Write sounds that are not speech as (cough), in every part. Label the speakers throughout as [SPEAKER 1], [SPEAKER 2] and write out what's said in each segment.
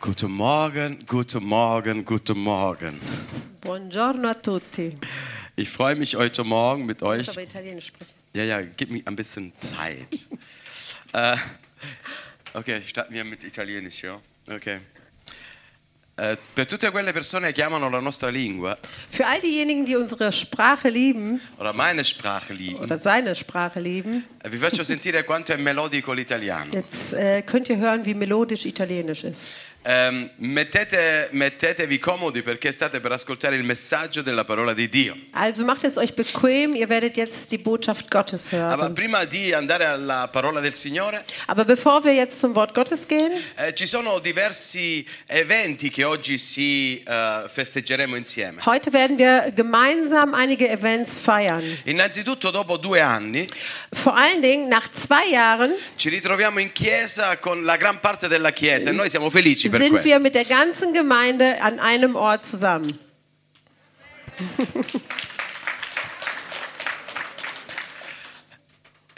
[SPEAKER 1] Guten Morgen, guten Morgen, guten Morgen.
[SPEAKER 2] Buongiorno a tutti.
[SPEAKER 1] Ich freue mich heute Morgen mit
[SPEAKER 2] Ich
[SPEAKER 1] euch.
[SPEAKER 2] muss aber Italienisch sprechen.
[SPEAKER 1] Ja, ja, gib mir ein bisschen Zeit. äh, ok, starten wir mit Italienisch, ja? Ok. Eh, per tutte quelle persone che amano la nostra lingua,
[SPEAKER 2] Für all diejenigen, die unsere Sprache lieben
[SPEAKER 1] o la meine Sprache lieben,
[SPEAKER 2] oder seine Sprache lieben,
[SPEAKER 1] eh, vi faccio sentire quanto è melodico l'italiano.
[SPEAKER 2] jetzt äh, könnt ihr hören, wie melodisch Italienisch ist.
[SPEAKER 1] Ehm, mettete- mettetevi comodi perché state per ascoltare il messaggio della parola di Dio.
[SPEAKER 2] Also macht es euch bequem, ihr werdet jetzt die Botschaft Gottes
[SPEAKER 1] Ma
[SPEAKER 2] hören.
[SPEAKER 1] prima di andare alla parola del Signore,
[SPEAKER 2] Aber bevor wir jetzt zum Wort Gottes gehen,
[SPEAKER 1] Eh, ci sono diversi eventi che oggi si eh, festeggeremo insieme.
[SPEAKER 2] heute werden wir gemeinsam einige Events feiern.
[SPEAKER 1] Innanzitutto, dopo due anni,
[SPEAKER 2] Vor allen Dingen nach zwei Jahren
[SPEAKER 1] ci ritroviamo in chiesa con la gran parte della chiesa e noi siamo felici per
[SPEAKER 2] sind wir
[SPEAKER 1] questo.
[SPEAKER 2] mit der ganzen Gemeinde an einem Ort zusammen.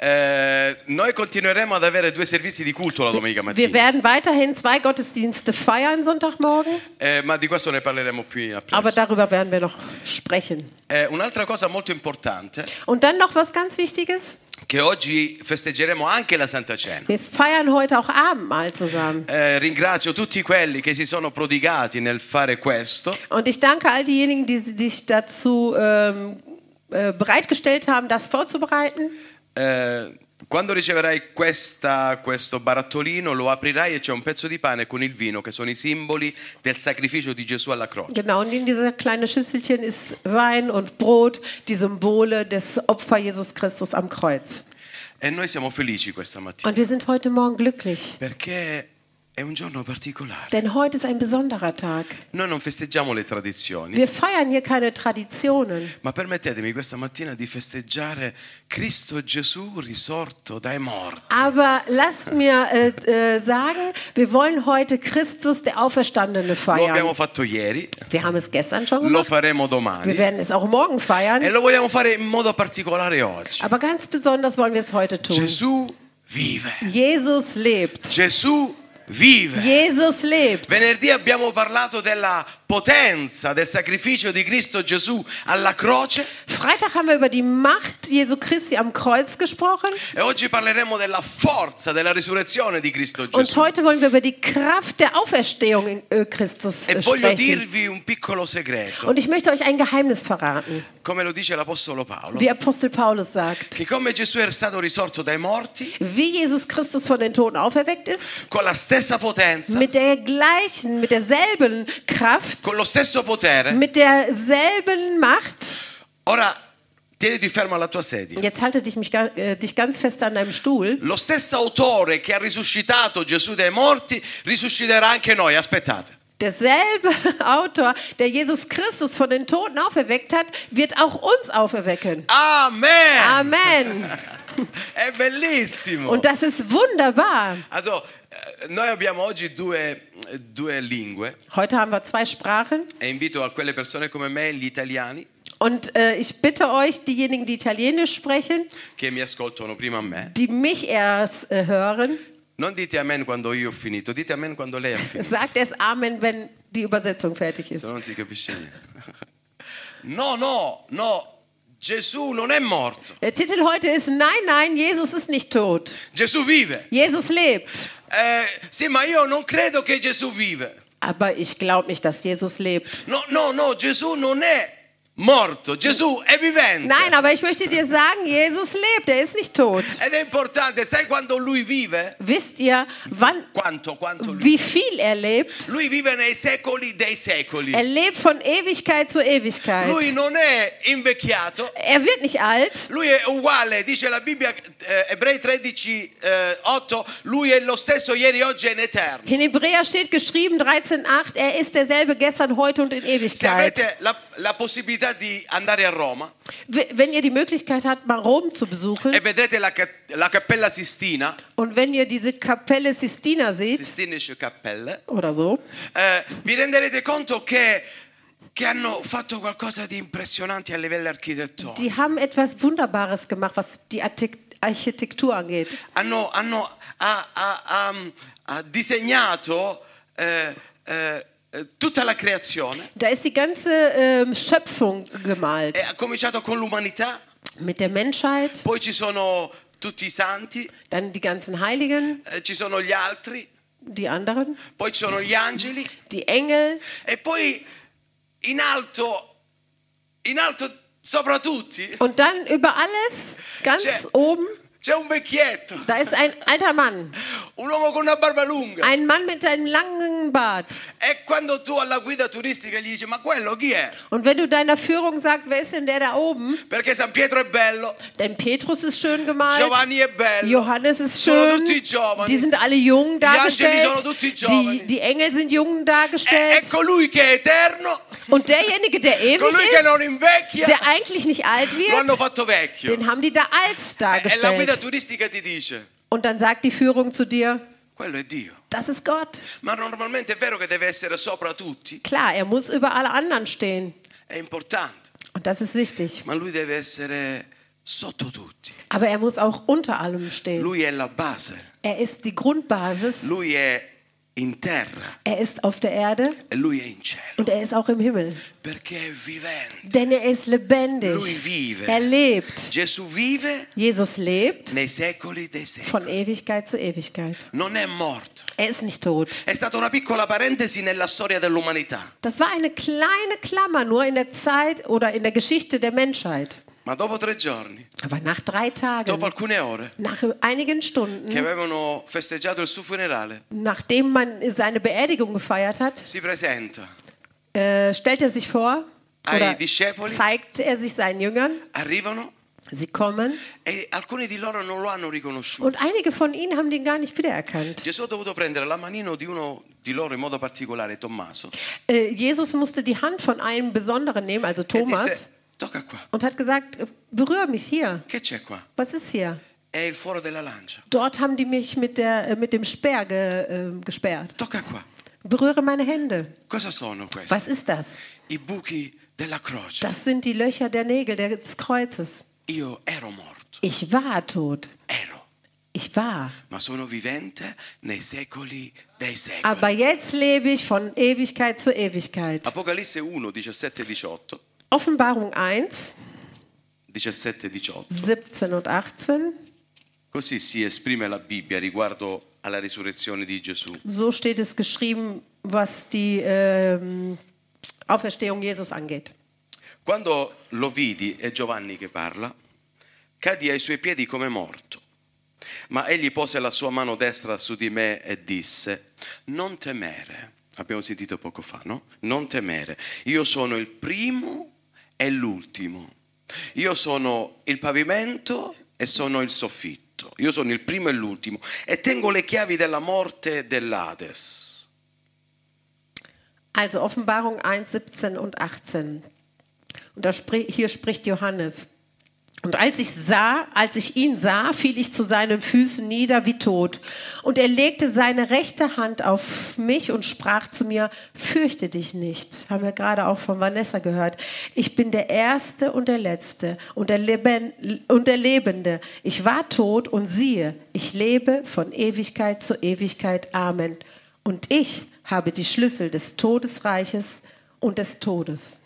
[SPEAKER 1] Eh, noi continueremo ad avere due servizi di culto la domenica
[SPEAKER 2] Wir
[SPEAKER 1] mattina,
[SPEAKER 2] werden weiterhin zwei Gottesdienste feiern Sonntagmorgen,
[SPEAKER 1] eh, ma di questo ne parleremo più in
[SPEAKER 2] aber
[SPEAKER 1] appresso.
[SPEAKER 2] darüber werden wir noch sprechen.
[SPEAKER 1] Eh, un'altra cosa molto importante,
[SPEAKER 2] Und dann noch was ganz Wichtiges.
[SPEAKER 1] che oggi festeggeremo anche la Santa Cena.
[SPEAKER 2] Wir feiern heute auch Abendmahl zusammen.
[SPEAKER 1] Eh, ringrazio tutti quelli che si sono prodigati nel fare questo.
[SPEAKER 2] Und ich danke all diejenigen, die sich dazu ähm, äh, bereitgestellt haben, das vorzubereiten.
[SPEAKER 1] Eh, quando riceverai questa- questo barattolino lo aprirai e c'è un pezzo di pane con il vino che sono i simboli del sacrificio di Gesù alla croce.
[SPEAKER 2] Genau, und in dieser kleinen Schüsselchen ist Wein und Brot, die Symbole des Opfer Jesus Christus am Kreuz.
[SPEAKER 1] E noi siamo felici questa mattina
[SPEAKER 2] Und wir sind heute Morgen glücklich,
[SPEAKER 1] perché è un giorno particolare.
[SPEAKER 2] denn heute ist ein besonderer Tag.
[SPEAKER 1] Noi non festeggiamo le tradizioni,
[SPEAKER 2] Wir feiern hier keine Traditionen.
[SPEAKER 1] ma permettetemi questa mattina di festeggiare Cristo Gesù risorto dai morti.
[SPEAKER 2] Aber lasst mir äh, äh, sagen, wir wollen heute Christus, der Auferstandene,
[SPEAKER 1] Lo abbiamo
[SPEAKER 2] feiern.
[SPEAKER 1] fatto ieri,
[SPEAKER 2] Wir haben es gestern
[SPEAKER 1] lo
[SPEAKER 2] schon gemacht.
[SPEAKER 1] faremo
[SPEAKER 2] Wir
[SPEAKER 1] domani
[SPEAKER 2] werden es auch morgen
[SPEAKER 1] e
[SPEAKER 2] feiern.
[SPEAKER 1] lo vogliamo fare in modo particolare oggi.
[SPEAKER 2] Aber ganz besonders wollen wir es heute tun.
[SPEAKER 1] Gesù vive.
[SPEAKER 2] Jesus lebt.
[SPEAKER 1] Gesù vive.
[SPEAKER 2] Jesus lebt.
[SPEAKER 1] Venerdì abbiamo parlato della potenza del sacrificio di Cristo Gesù alla croce
[SPEAKER 2] Freitag haben wir über die Macht Jesu Christi am Kreuz gesprochen.
[SPEAKER 1] e oggi parleremo della forza della risurrezione di Cristo
[SPEAKER 2] Und
[SPEAKER 1] Gesù.
[SPEAKER 2] heute wollen wir über die Kraft der Auferstehung in äh, Christus
[SPEAKER 1] E
[SPEAKER 2] äh,
[SPEAKER 1] voglio
[SPEAKER 2] sprechen.
[SPEAKER 1] dirvi un piccolo segreto,
[SPEAKER 2] Und ich möchte euch ein Geheimnis verraten,
[SPEAKER 1] come lo dice l'Apostolo Paolo,
[SPEAKER 2] wie Apostel Paulus sagt.
[SPEAKER 1] che come Gesù è stato risorto dai morti,
[SPEAKER 2] Wie Jesus Christus von den Toten auferweckt ist,
[SPEAKER 1] con la stessa potenza,
[SPEAKER 2] mit der gleichen, mit derselben Kraft,
[SPEAKER 1] con lo stesso potere,
[SPEAKER 2] mit derselben Macht.
[SPEAKER 1] ora tieniti fermo alla tua sedia,
[SPEAKER 2] Jetzt halte dich, mich, ga- äh, dich ganz fest an deinem Stuhl.
[SPEAKER 1] lo stesso autore che ha risuscitato Gesù dai morti risusciterà anche noi, aspettate.
[SPEAKER 2] Derselbe (laughs) Autor, der Jesus Christus von den Toten auferweckt hat, wird auch uns auferwecken.
[SPEAKER 1] Amen!
[SPEAKER 2] Amen.
[SPEAKER 1] È bellissimo!
[SPEAKER 2] Und das ist wunderbar.
[SPEAKER 1] Allora, eh, noi abbiamo oggi due, eh, due lingue
[SPEAKER 2] Heute haben wir zwei Sprachen.
[SPEAKER 1] e invito a quelle persone come me, gli italiani,
[SPEAKER 2] Und äh, ich bitte euch, diejenigen, die Italienisch sprechen,
[SPEAKER 1] che mi ascoltano prima a me.
[SPEAKER 2] die mich erst äh, hören,
[SPEAKER 1] Non dite amen quando io ho finito, dite amen quando lei ha finito,
[SPEAKER 2] sagt erst Amen, wenn die Übersetzung fertig ist.
[SPEAKER 1] se no non si capisce niente. No, no, no, Gesù non è morto,
[SPEAKER 2] Der Titel heute ist Nein, nein, Jesus ist nicht tot.
[SPEAKER 1] Gesù vive.
[SPEAKER 2] Jesus lebt.
[SPEAKER 1] Eh, sì, ma io non credo che Gesù vive.
[SPEAKER 2] Aber ich glaube nicht, dass Jesus lebt.
[SPEAKER 1] No, no, no, Gesù non è morto, Gesù è vivente.
[SPEAKER 2] Nein, aber ich möchte dir sagen, Jesus lebt, er ist nicht tot.
[SPEAKER 1] Ed è importante, sai quando lui vive?
[SPEAKER 2] Wisst ihr, wann,
[SPEAKER 1] Quanto, quanto lui
[SPEAKER 2] wie viel er lebt?
[SPEAKER 1] Lui vive nei secoli dei secoli.
[SPEAKER 2] Er lebt von Ewigkeit zu Ewigkeit.
[SPEAKER 1] Lui non è invecchiato.
[SPEAKER 2] Er wird nicht alt.
[SPEAKER 1] Lui è uguale, dice la Bibbia, eh, Ebrei 13, eh, 8, lui è lo stesso ieri, oggi e in eterno.
[SPEAKER 2] In Hebräer steht geschrieben 13.8, er ist derselbe gestern, heute und in
[SPEAKER 1] Se
[SPEAKER 2] Ewigkeit.
[SPEAKER 1] avete la, la possibilità di andare a Roma
[SPEAKER 2] W- Wenn ihr die Möglichkeit habt, mal Rom zu besuchen
[SPEAKER 1] e vedrete la, ca- la Cappella Sistina,
[SPEAKER 2] und wenn ihr diese Kapelle Sistina seht
[SPEAKER 1] Sistinische Cappelle,
[SPEAKER 2] oder so,
[SPEAKER 1] eh, vi renderete conto che, che hanno fatto qualcosa di impressionante a livello architettonico.
[SPEAKER 2] Die haben etwas Wunderbares gemacht, was die Artik- Architektur angeht.
[SPEAKER 1] hanno, hanno- ha, ha- ha- ha disegnato mm, eh, eh, eh, tutta la creazione,
[SPEAKER 2] Da ist die ganze ähm, Schöpfung
[SPEAKER 1] e
[SPEAKER 2] gemalt.
[SPEAKER 1] ha cominciato con l'umanità,
[SPEAKER 2] Mit der Menschheit,
[SPEAKER 1] poi ci sono tutti i santi,
[SPEAKER 2] dann die ganzen Heiligen,
[SPEAKER 1] eh, ci sono gli altri,
[SPEAKER 2] die anderen,
[SPEAKER 1] poi ci sono gli angeli
[SPEAKER 2] die Engel
[SPEAKER 1] e poi in alto, in alto sopra tutti
[SPEAKER 2] und dann über alles, ganz
[SPEAKER 1] Tja.
[SPEAKER 2] oben,
[SPEAKER 1] c'è un vecchietto,
[SPEAKER 2] da ist ein alter Mann.
[SPEAKER 1] un uomo con una barba lunga.
[SPEAKER 2] Ein Mann mit einem langen Bart.
[SPEAKER 1] E quando tu alla guida turistica gli dici ma quello chi è?
[SPEAKER 2] Und wenn du deiner Führung sagst, wer ist denn der da oben?
[SPEAKER 1] Perché San Pietro è bello,
[SPEAKER 2] Denn Petrus ist schön gemalt.
[SPEAKER 1] Giovanni è bello,
[SPEAKER 2] Johannes ist
[SPEAKER 1] Sono
[SPEAKER 2] schön.
[SPEAKER 1] tutti giovani.
[SPEAKER 2] Die sind alle jung dargestellt.
[SPEAKER 1] angeli sono tutti giovani.
[SPEAKER 2] die, die Engel sind jung
[SPEAKER 1] è,
[SPEAKER 2] dargestellt.
[SPEAKER 1] è colui ecco che è eterno,
[SPEAKER 2] Und derjenige, der ewig
[SPEAKER 1] colui che
[SPEAKER 2] ist,
[SPEAKER 1] non invecchia,
[SPEAKER 2] der eigentlich nicht alt
[SPEAKER 1] lo hanno
[SPEAKER 2] wird,
[SPEAKER 1] fatto vecchio.
[SPEAKER 2] den haben die da alt
[SPEAKER 1] E Eh, la guida
[SPEAKER 2] dargestellt.
[SPEAKER 1] turistica ti dice,
[SPEAKER 2] Und dann sagt die Führung zu dir,
[SPEAKER 1] quello è Dio.
[SPEAKER 2] das ist Gott.
[SPEAKER 1] Ma normalmente è vero che deve essere sopra tutti,
[SPEAKER 2] Klar, er muss über alle anderen stehen.
[SPEAKER 1] è importante,
[SPEAKER 2] Und das ist wichtig.
[SPEAKER 1] ma lui deve essere sotto tutti.
[SPEAKER 2] Aber er muss auch unter allem stehen.
[SPEAKER 1] Lui è la base,
[SPEAKER 2] Er ist die Grundbasis.
[SPEAKER 1] lui è in terra
[SPEAKER 2] Er ist auf der Erde
[SPEAKER 1] e lui è in cielo,
[SPEAKER 2] und er ist auch im Himmel.
[SPEAKER 1] perché è vivente,
[SPEAKER 2] Denn er ist
[SPEAKER 1] lui
[SPEAKER 2] lebendig. Er
[SPEAKER 1] vive.
[SPEAKER 2] lebt.
[SPEAKER 1] Gesù vive
[SPEAKER 2] Jesus lebt
[SPEAKER 1] nei secoli dei secoli,
[SPEAKER 2] von Ewigkeit zu Ewigkeit.
[SPEAKER 1] non è morto.
[SPEAKER 2] Er ist nicht tot.
[SPEAKER 1] È stata una piccola parentesi nella storia dell'umanità.
[SPEAKER 2] Das war eine kleine Klammer nur in der Zeit oder in der Geschichte der Menschheit.
[SPEAKER 1] Ma dopo tre giorni,
[SPEAKER 2] Aber nach drei
[SPEAKER 1] dopo
[SPEAKER 2] Tagen,
[SPEAKER 1] alcune ore,
[SPEAKER 2] nach einigen
[SPEAKER 1] che
[SPEAKER 2] Stunden,
[SPEAKER 1] avevano festeggiato il suo funerale,
[SPEAKER 2] nachdem man seine Beerdigung gefeiert hat,
[SPEAKER 1] si presenta,
[SPEAKER 2] äh, stellt er sich vor
[SPEAKER 1] Ai
[SPEAKER 2] oder
[SPEAKER 1] discepoli.
[SPEAKER 2] zeigt er sich seinen Jüngern.
[SPEAKER 1] arrivano
[SPEAKER 2] Sie kommen
[SPEAKER 1] e alcuni di loro non lo hanno riconosciuto.
[SPEAKER 2] und einige von ihnen haben den gar nicht wiedererkannt.
[SPEAKER 1] Gesù ha dovuto prendere la manino di uno di loro in modo particolare, Tommaso,
[SPEAKER 2] Äh, Jesus musste die Hand von einem Besonderen nehmen, also
[SPEAKER 1] e
[SPEAKER 2] Thomas,
[SPEAKER 1] disse, tocca qua,
[SPEAKER 2] und hat gesagt, äh, berühre mich hier.
[SPEAKER 1] che c'è qua?
[SPEAKER 2] Was ist hier?
[SPEAKER 1] È il foro della lancia,
[SPEAKER 2] Dort haben die mich mit, der, äh, mit dem Speer ge, äh, gesperrt.
[SPEAKER 1] tocca qua.
[SPEAKER 2] Berühre meine Hände.
[SPEAKER 1] Cosa sono questi?
[SPEAKER 2] Was ist das?
[SPEAKER 1] I buchi della croce.
[SPEAKER 2] Das sind die Löcher der Nägel des Kreuzes.
[SPEAKER 1] Io ero morto,
[SPEAKER 2] Ich war tot.
[SPEAKER 1] ero,
[SPEAKER 2] Ich war.
[SPEAKER 1] ma sono vivente nei secoli dei secoli.
[SPEAKER 2] Aber jetzt lebe ich von Ewigkeit zu Ewigkeit.
[SPEAKER 1] Apocalisse 1, 17 e 18,
[SPEAKER 2] Offenbarung 1,
[SPEAKER 1] 17 e 18.
[SPEAKER 2] 17 und 18.
[SPEAKER 1] Così si esprime la Bibbia riguardo alla risurrezione di Gesù.
[SPEAKER 2] So steht es geschrieben, was die ähm, Auferstehung Jesus angeht.
[SPEAKER 1] Quando lo vidi, è Giovanni che parla, cadì ai suoi piedi come morto. Ma egli pose la sua mano destra su di me e disse, non temere, abbiamo sentito poco fa, no? Non temere, io sono il primo e l'ultimo. Io sono il pavimento e sono il soffitto. Io sono il primo e l'ultimo e tengo le chiavi della morte e dell'Ades.
[SPEAKER 2] Also Offenbarung 1, 17 und 18. Und da spri hier spricht Johannes. Und als ich sah, als ich ihn sah, fiel ich zu seinen Füßen nieder wie tot. Und er legte seine rechte Hand auf mich und sprach zu mir, fürchte dich nicht. Haben wir gerade auch von Vanessa gehört. Ich bin der Erste und der Letzte und der, Leben, und der Lebende. Ich war tot und siehe, ich lebe von Ewigkeit zu Ewigkeit. Amen. Und ich habe die Schlüssel des Todesreiches und des Todes.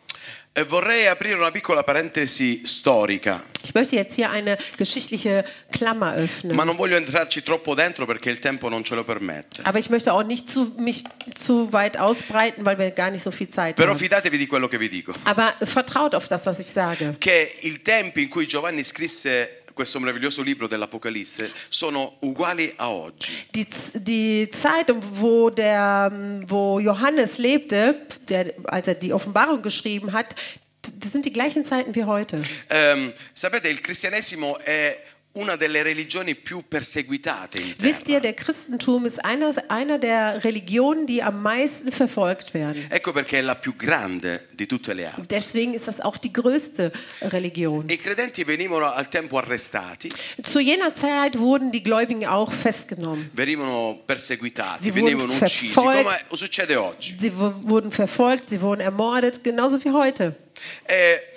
[SPEAKER 1] E vorrei aprire una piccola parentesi storica.
[SPEAKER 2] Ich möchte jetzt hier eine geschichtliche Klammer öffnen.
[SPEAKER 1] Ma non voglio entrarci troppo dentro perché il tempo non ce lo permette.
[SPEAKER 2] Aber ich möchte auch nicht zu, mich zu weit ausbreiten, weil wir gar nicht so viel Zeit
[SPEAKER 1] Però
[SPEAKER 2] haben.
[SPEAKER 1] fidatevi di quello che vi dico.
[SPEAKER 2] Aber vertraut auf das, was ich sage.
[SPEAKER 1] Che il tempo in cui Giovanni scrisse questo meraviglioso libro dell'Apocalisse sono uguali a oggi.
[SPEAKER 2] Die, Z- die Zeit, wo, der, ähm, wo Johannes lebte, der, als er die Offenbarung geschrieben hat, d- das sind die gleichen Zeiten wie heute.
[SPEAKER 1] Ehm, sapete, il cristianesimo è una delle religioni più perseguitate in
[SPEAKER 2] Wisst
[SPEAKER 1] terra.
[SPEAKER 2] ihr, der Christentum ist einer, einer der Religionen, die am meisten verfolgt werden.
[SPEAKER 1] Ecco perché è la più grande di tutte le altre.
[SPEAKER 2] Deswegen ist das auch die größte Religion.
[SPEAKER 1] I credenti venivano al tempo arrestati,
[SPEAKER 2] Zu jener Zeit wurden die Gläubigen auch festgenommen.
[SPEAKER 1] venivano perseguitati,
[SPEAKER 2] Si
[SPEAKER 1] venivano
[SPEAKER 2] vuol-
[SPEAKER 1] uccisi,
[SPEAKER 2] verfolgt.
[SPEAKER 1] come succede oggi.
[SPEAKER 2] Sie wu- wurden verfolgt, sie wurden ermordet, genauso wie heute.
[SPEAKER 1] E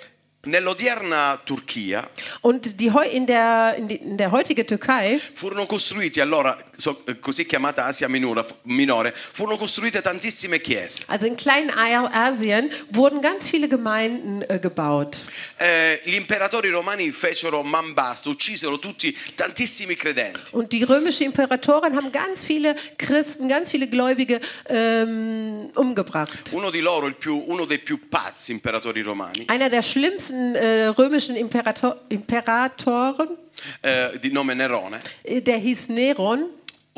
[SPEAKER 1] Nell'odierna Turchia
[SPEAKER 2] Und die, heu- in, der, in, die, in der heutigen Türkei
[SPEAKER 1] furono costruiti, allora so- eh, così chiamata Asia Minora- fu- Minore, furono costruite tantissime chiese.
[SPEAKER 2] Also in kleinen Asien wurden ganz viele Gemeinden äh, gebaut.
[SPEAKER 1] Eh, gli imperatori romani fecero mambasto, uccisero tutti tantissimi credenti.
[SPEAKER 2] Und die römische Imperatorin haben ganz viele Christen, ganz viele Gläubige ähm, umgebracht.
[SPEAKER 1] Uno di loro, il più- uno dei più pazzi imperatori romani,
[SPEAKER 2] Einer der schlimmsten äh, römischen Imperator Imperatoren,
[SPEAKER 1] eh, di nome Nerone,
[SPEAKER 2] äh, der hieß Neron,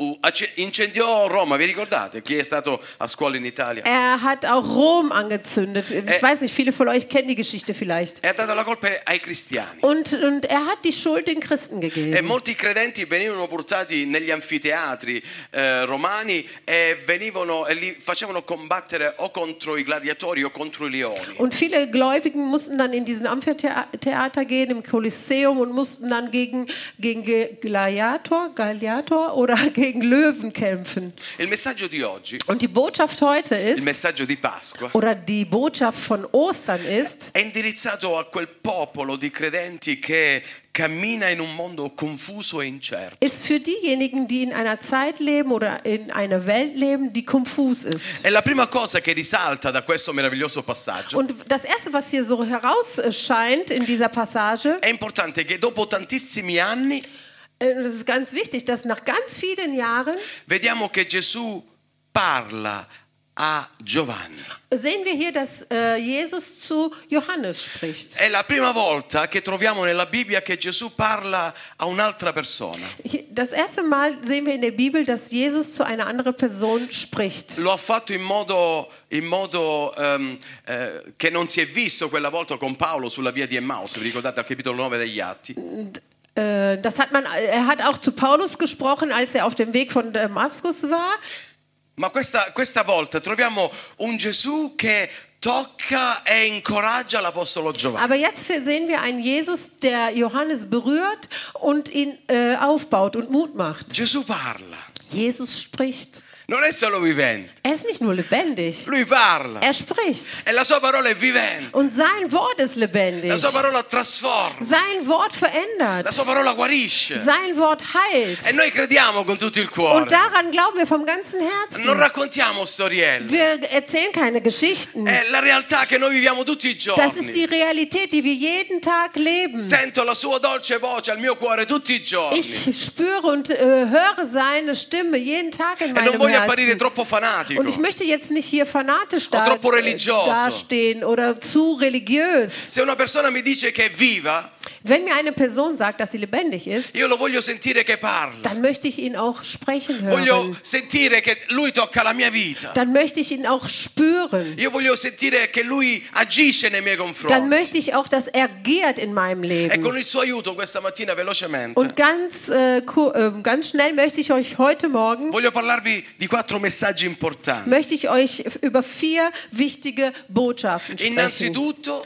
[SPEAKER 1] u- acce- incendiò Roma, vi ricordate? Chi è stato a scuola in Italia?
[SPEAKER 2] er hat auch Rom angezündet.
[SPEAKER 1] Äh.
[SPEAKER 2] Ich weiß nicht, viele von euch kennen die Geschichte vielleicht.
[SPEAKER 1] E ha dato la colpa ai cristiani.
[SPEAKER 2] Und, und er hat die Schuld den Christen
[SPEAKER 1] E
[SPEAKER 2] gegeben.
[SPEAKER 1] molti credenti venivano portati negli anfiteatri eh, romani e, venivano, e li facevano combattere o contro i gladiatori o contro i leoni.
[SPEAKER 2] Und viele Gläubigen mussten dann in diesen Amphitheater gehen, im Kolosseum und mussten dann gegen, gegen Ge- Gladiator, Gladiator oder (laughs) gegen Löwen kämpfen.
[SPEAKER 1] Il messaggio di oggi,
[SPEAKER 2] Und die Botschaft heute
[SPEAKER 1] il
[SPEAKER 2] ist,
[SPEAKER 1] messaggio di Pasqua,
[SPEAKER 2] oder die Botschaft von Ostern ist,
[SPEAKER 1] è indirizzato a quel popolo di credenti che cammina in un mondo confuso e incerto.
[SPEAKER 2] ist für diejenigen, die in einer Zeit leben oder in einer Welt leben, die konfus ist.
[SPEAKER 1] E la prima cosa che risalta da questo meraviglioso passaggio
[SPEAKER 2] Und das Erste, was hier so herausscheint in dieser Passage,
[SPEAKER 1] è importante che dopo tantissimi anni
[SPEAKER 2] äh, das ist ganz wichtig, dass nach ganz vielen Jahren
[SPEAKER 1] vediamo che Gesù parla a Giovanni.
[SPEAKER 2] sehen wir hier, dass äh, Jesus zu Johannes spricht.
[SPEAKER 1] È la prima volta che troviamo nella Bibbia che Gesù parla a un'altra persona.
[SPEAKER 2] Hier- Das erste Mal sehen wir in der Bibel, dass Jesus zu einer anderen Person spricht.
[SPEAKER 1] Lo ha fatto in modo, in modo, ehm, eh, che non si è visto quella volta con Paolo sulla via di Emmaus, vi ricordate al capitolo 9 degli Atti?
[SPEAKER 2] Äh, Das hat man, er hat auch zu Paulus gesprochen, als er auf dem Weg von Damaskus war.
[SPEAKER 1] Ma questa, questa volta troviamo un Gesù che tocca e incoraggia l'Apostolo Giovanni.
[SPEAKER 2] Aber jetzt sehen wir einen Jesus, der Johannes berührt und ihn äh, aufbaut und Mut macht.
[SPEAKER 1] Gesù parla,
[SPEAKER 2] Jesus spricht.
[SPEAKER 1] non è solo vivente,
[SPEAKER 2] Er ist nicht nur lebendig,
[SPEAKER 1] lui parla
[SPEAKER 2] er spricht.
[SPEAKER 1] e la sua parola è vivente,
[SPEAKER 2] Und sein Wort ist lebendig.
[SPEAKER 1] la sua parola trasforma,
[SPEAKER 2] Sein Wort
[SPEAKER 1] la
[SPEAKER 2] verändert.
[SPEAKER 1] sua parola guarisce.
[SPEAKER 2] Sein Wort heilt.
[SPEAKER 1] E noi crediamo con tutto il cuore.
[SPEAKER 2] Und daran glauben wir vom ganzen
[SPEAKER 1] Non
[SPEAKER 2] Herzen.
[SPEAKER 1] raccontiamo storielle.
[SPEAKER 2] Wir erzählen keine Geschichten.
[SPEAKER 1] È la realtà che noi viviamo tutti i
[SPEAKER 2] Das ist die
[SPEAKER 1] giorni.
[SPEAKER 2] Realität, die wir jeden Tag leben.
[SPEAKER 1] Sento la sua dolce voce al mio cuore tutti i giorni.
[SPEAKER 2] Ich spüre und äh, höre seine Stimme jeden Tag in
[SPEAKER 1] E non
[SPEAKER 2] meinem
[SPEAKER 1] voglio apparire
[SPEAKER 2] Herzen.
[SPEAKER 1] troppo fanatico.
[SPEAKER 2] Und ich möchte jetzt nicht hier fanatisch da,
[SPEAKER 1] troppo religioso.
[SPEAKER 2] dastehen oder zu religiös.
[SPEAKER 1] Se una persona mi dice che è viva,
[SPEAKER 2] Wenn mir eine Person sagt, dass sie lebendig ist,
[SPEAKER 1] io lo voglio sentire che parla.
[SPEAKER 2] dann möchte ich ihn auch sprechen
[SPEAKER 1] Voglio
[SPEAKER 2] hören.
[SPEAKER 1] sentire che lui tocca la mia vita.
[SPEAKER 2] Dann möchte ich ihn auch spüren.
[SPEAKER 1] Io voglio sentire che lui agisce nei miei
[SPEAKER 2] Dann
[SPEAKER 1] confronti.
[SPEAKER 2] möchte ich auch, dass er giert in meinem Leben.
[SPEAKER 1] E con il suo aiuto questa mattina velocemente
[SPEAKER 2] Und ganz, äh, ku- ähm, ganz schnell möchte ich euch heute Morgen,
[SPEAKER 1] voglio parlarvi di quattro messaggi importanti.
[SPEAKER 2] möchte ich euch über vier wichtige Botschaften sprechen.
[SPEAKER 1] Innanzitutto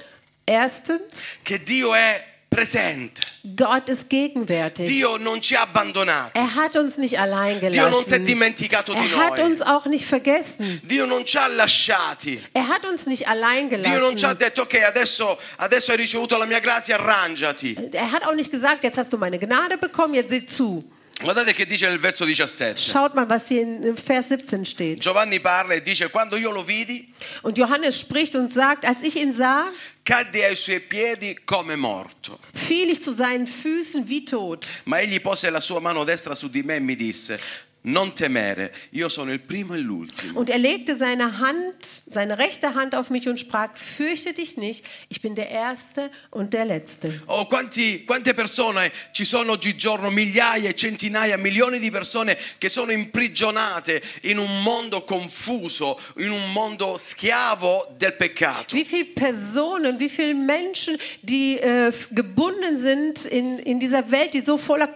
[SPEAKER 2] Erstens,
[SPEAKER 1] che Dio è presente.
[SPEAKER 2] Gott ist gegenwärtig.
[SPEAKER 1] Dio non ci ha abbandonati.
[SPEAKER 2] Er hat uns nicht allein
[SPEAKER 1] Dio non si è
[SPEAKER 2] gelassen.
[SPEAKER 1] dimenticato di
[SPEAKER 2] Er hat
[SPEAKER 1] noi.
[SPEAKER 2] uns auch nicht vergessen.
[SPEAKER 1] Dio non ci ha lasciati.
[SPEAKER 2] Er hat uns nicht allein
[SPEAKER 1] Dio non ci ha
[SPEAKER 2] gelassen.
[SPEAKER 1] detto ok, adesso, adesso hai ricevuto la mia grazia, arrangiati.
[SPEAKER 2] Er hat auch nicht gesagt, jetzt hast du meine Gnade bekommen, jetzt sieh zu.
[SPEAKER 1] Guardate che dice nel verso 17.
[SPEAKER 2] Schaut mal, was hier in Vers 17 steht.
[SPEAKER 1] Giovanni parla e dice quando io lo vidi
[SPEAKER 2] Und Johannes spricht und sagt, als ich ihn sah,
[SPEAKER 1] cadde ai suoi piedi come morto.
[SPEAKER 2] fiel ich zu seinen Füßen wie tot.
[SPEAKER 1] Ma egli pose la sua mano destra su di me e mi disse non temere, io sono il primo e l'ultimo.
[SPEAKER 2] Und er legte seine Hand, seine rechte Hand auf mich und sprach, fürchte dich nicht, ich bin der Erste und der Letzte.
[SPEAKER 1] Oh, quanti- quante persone ci sono oggigiorno, migliaia, centinaia, milioni di persone che sono imprigionate in un mondo confuso, in un mondo schiavo del peccato.
[SPEAKER 2] Wie viele Personen, wie viele Menschen, die äh, f- gebunden sind in, in dieser Welt, die so voller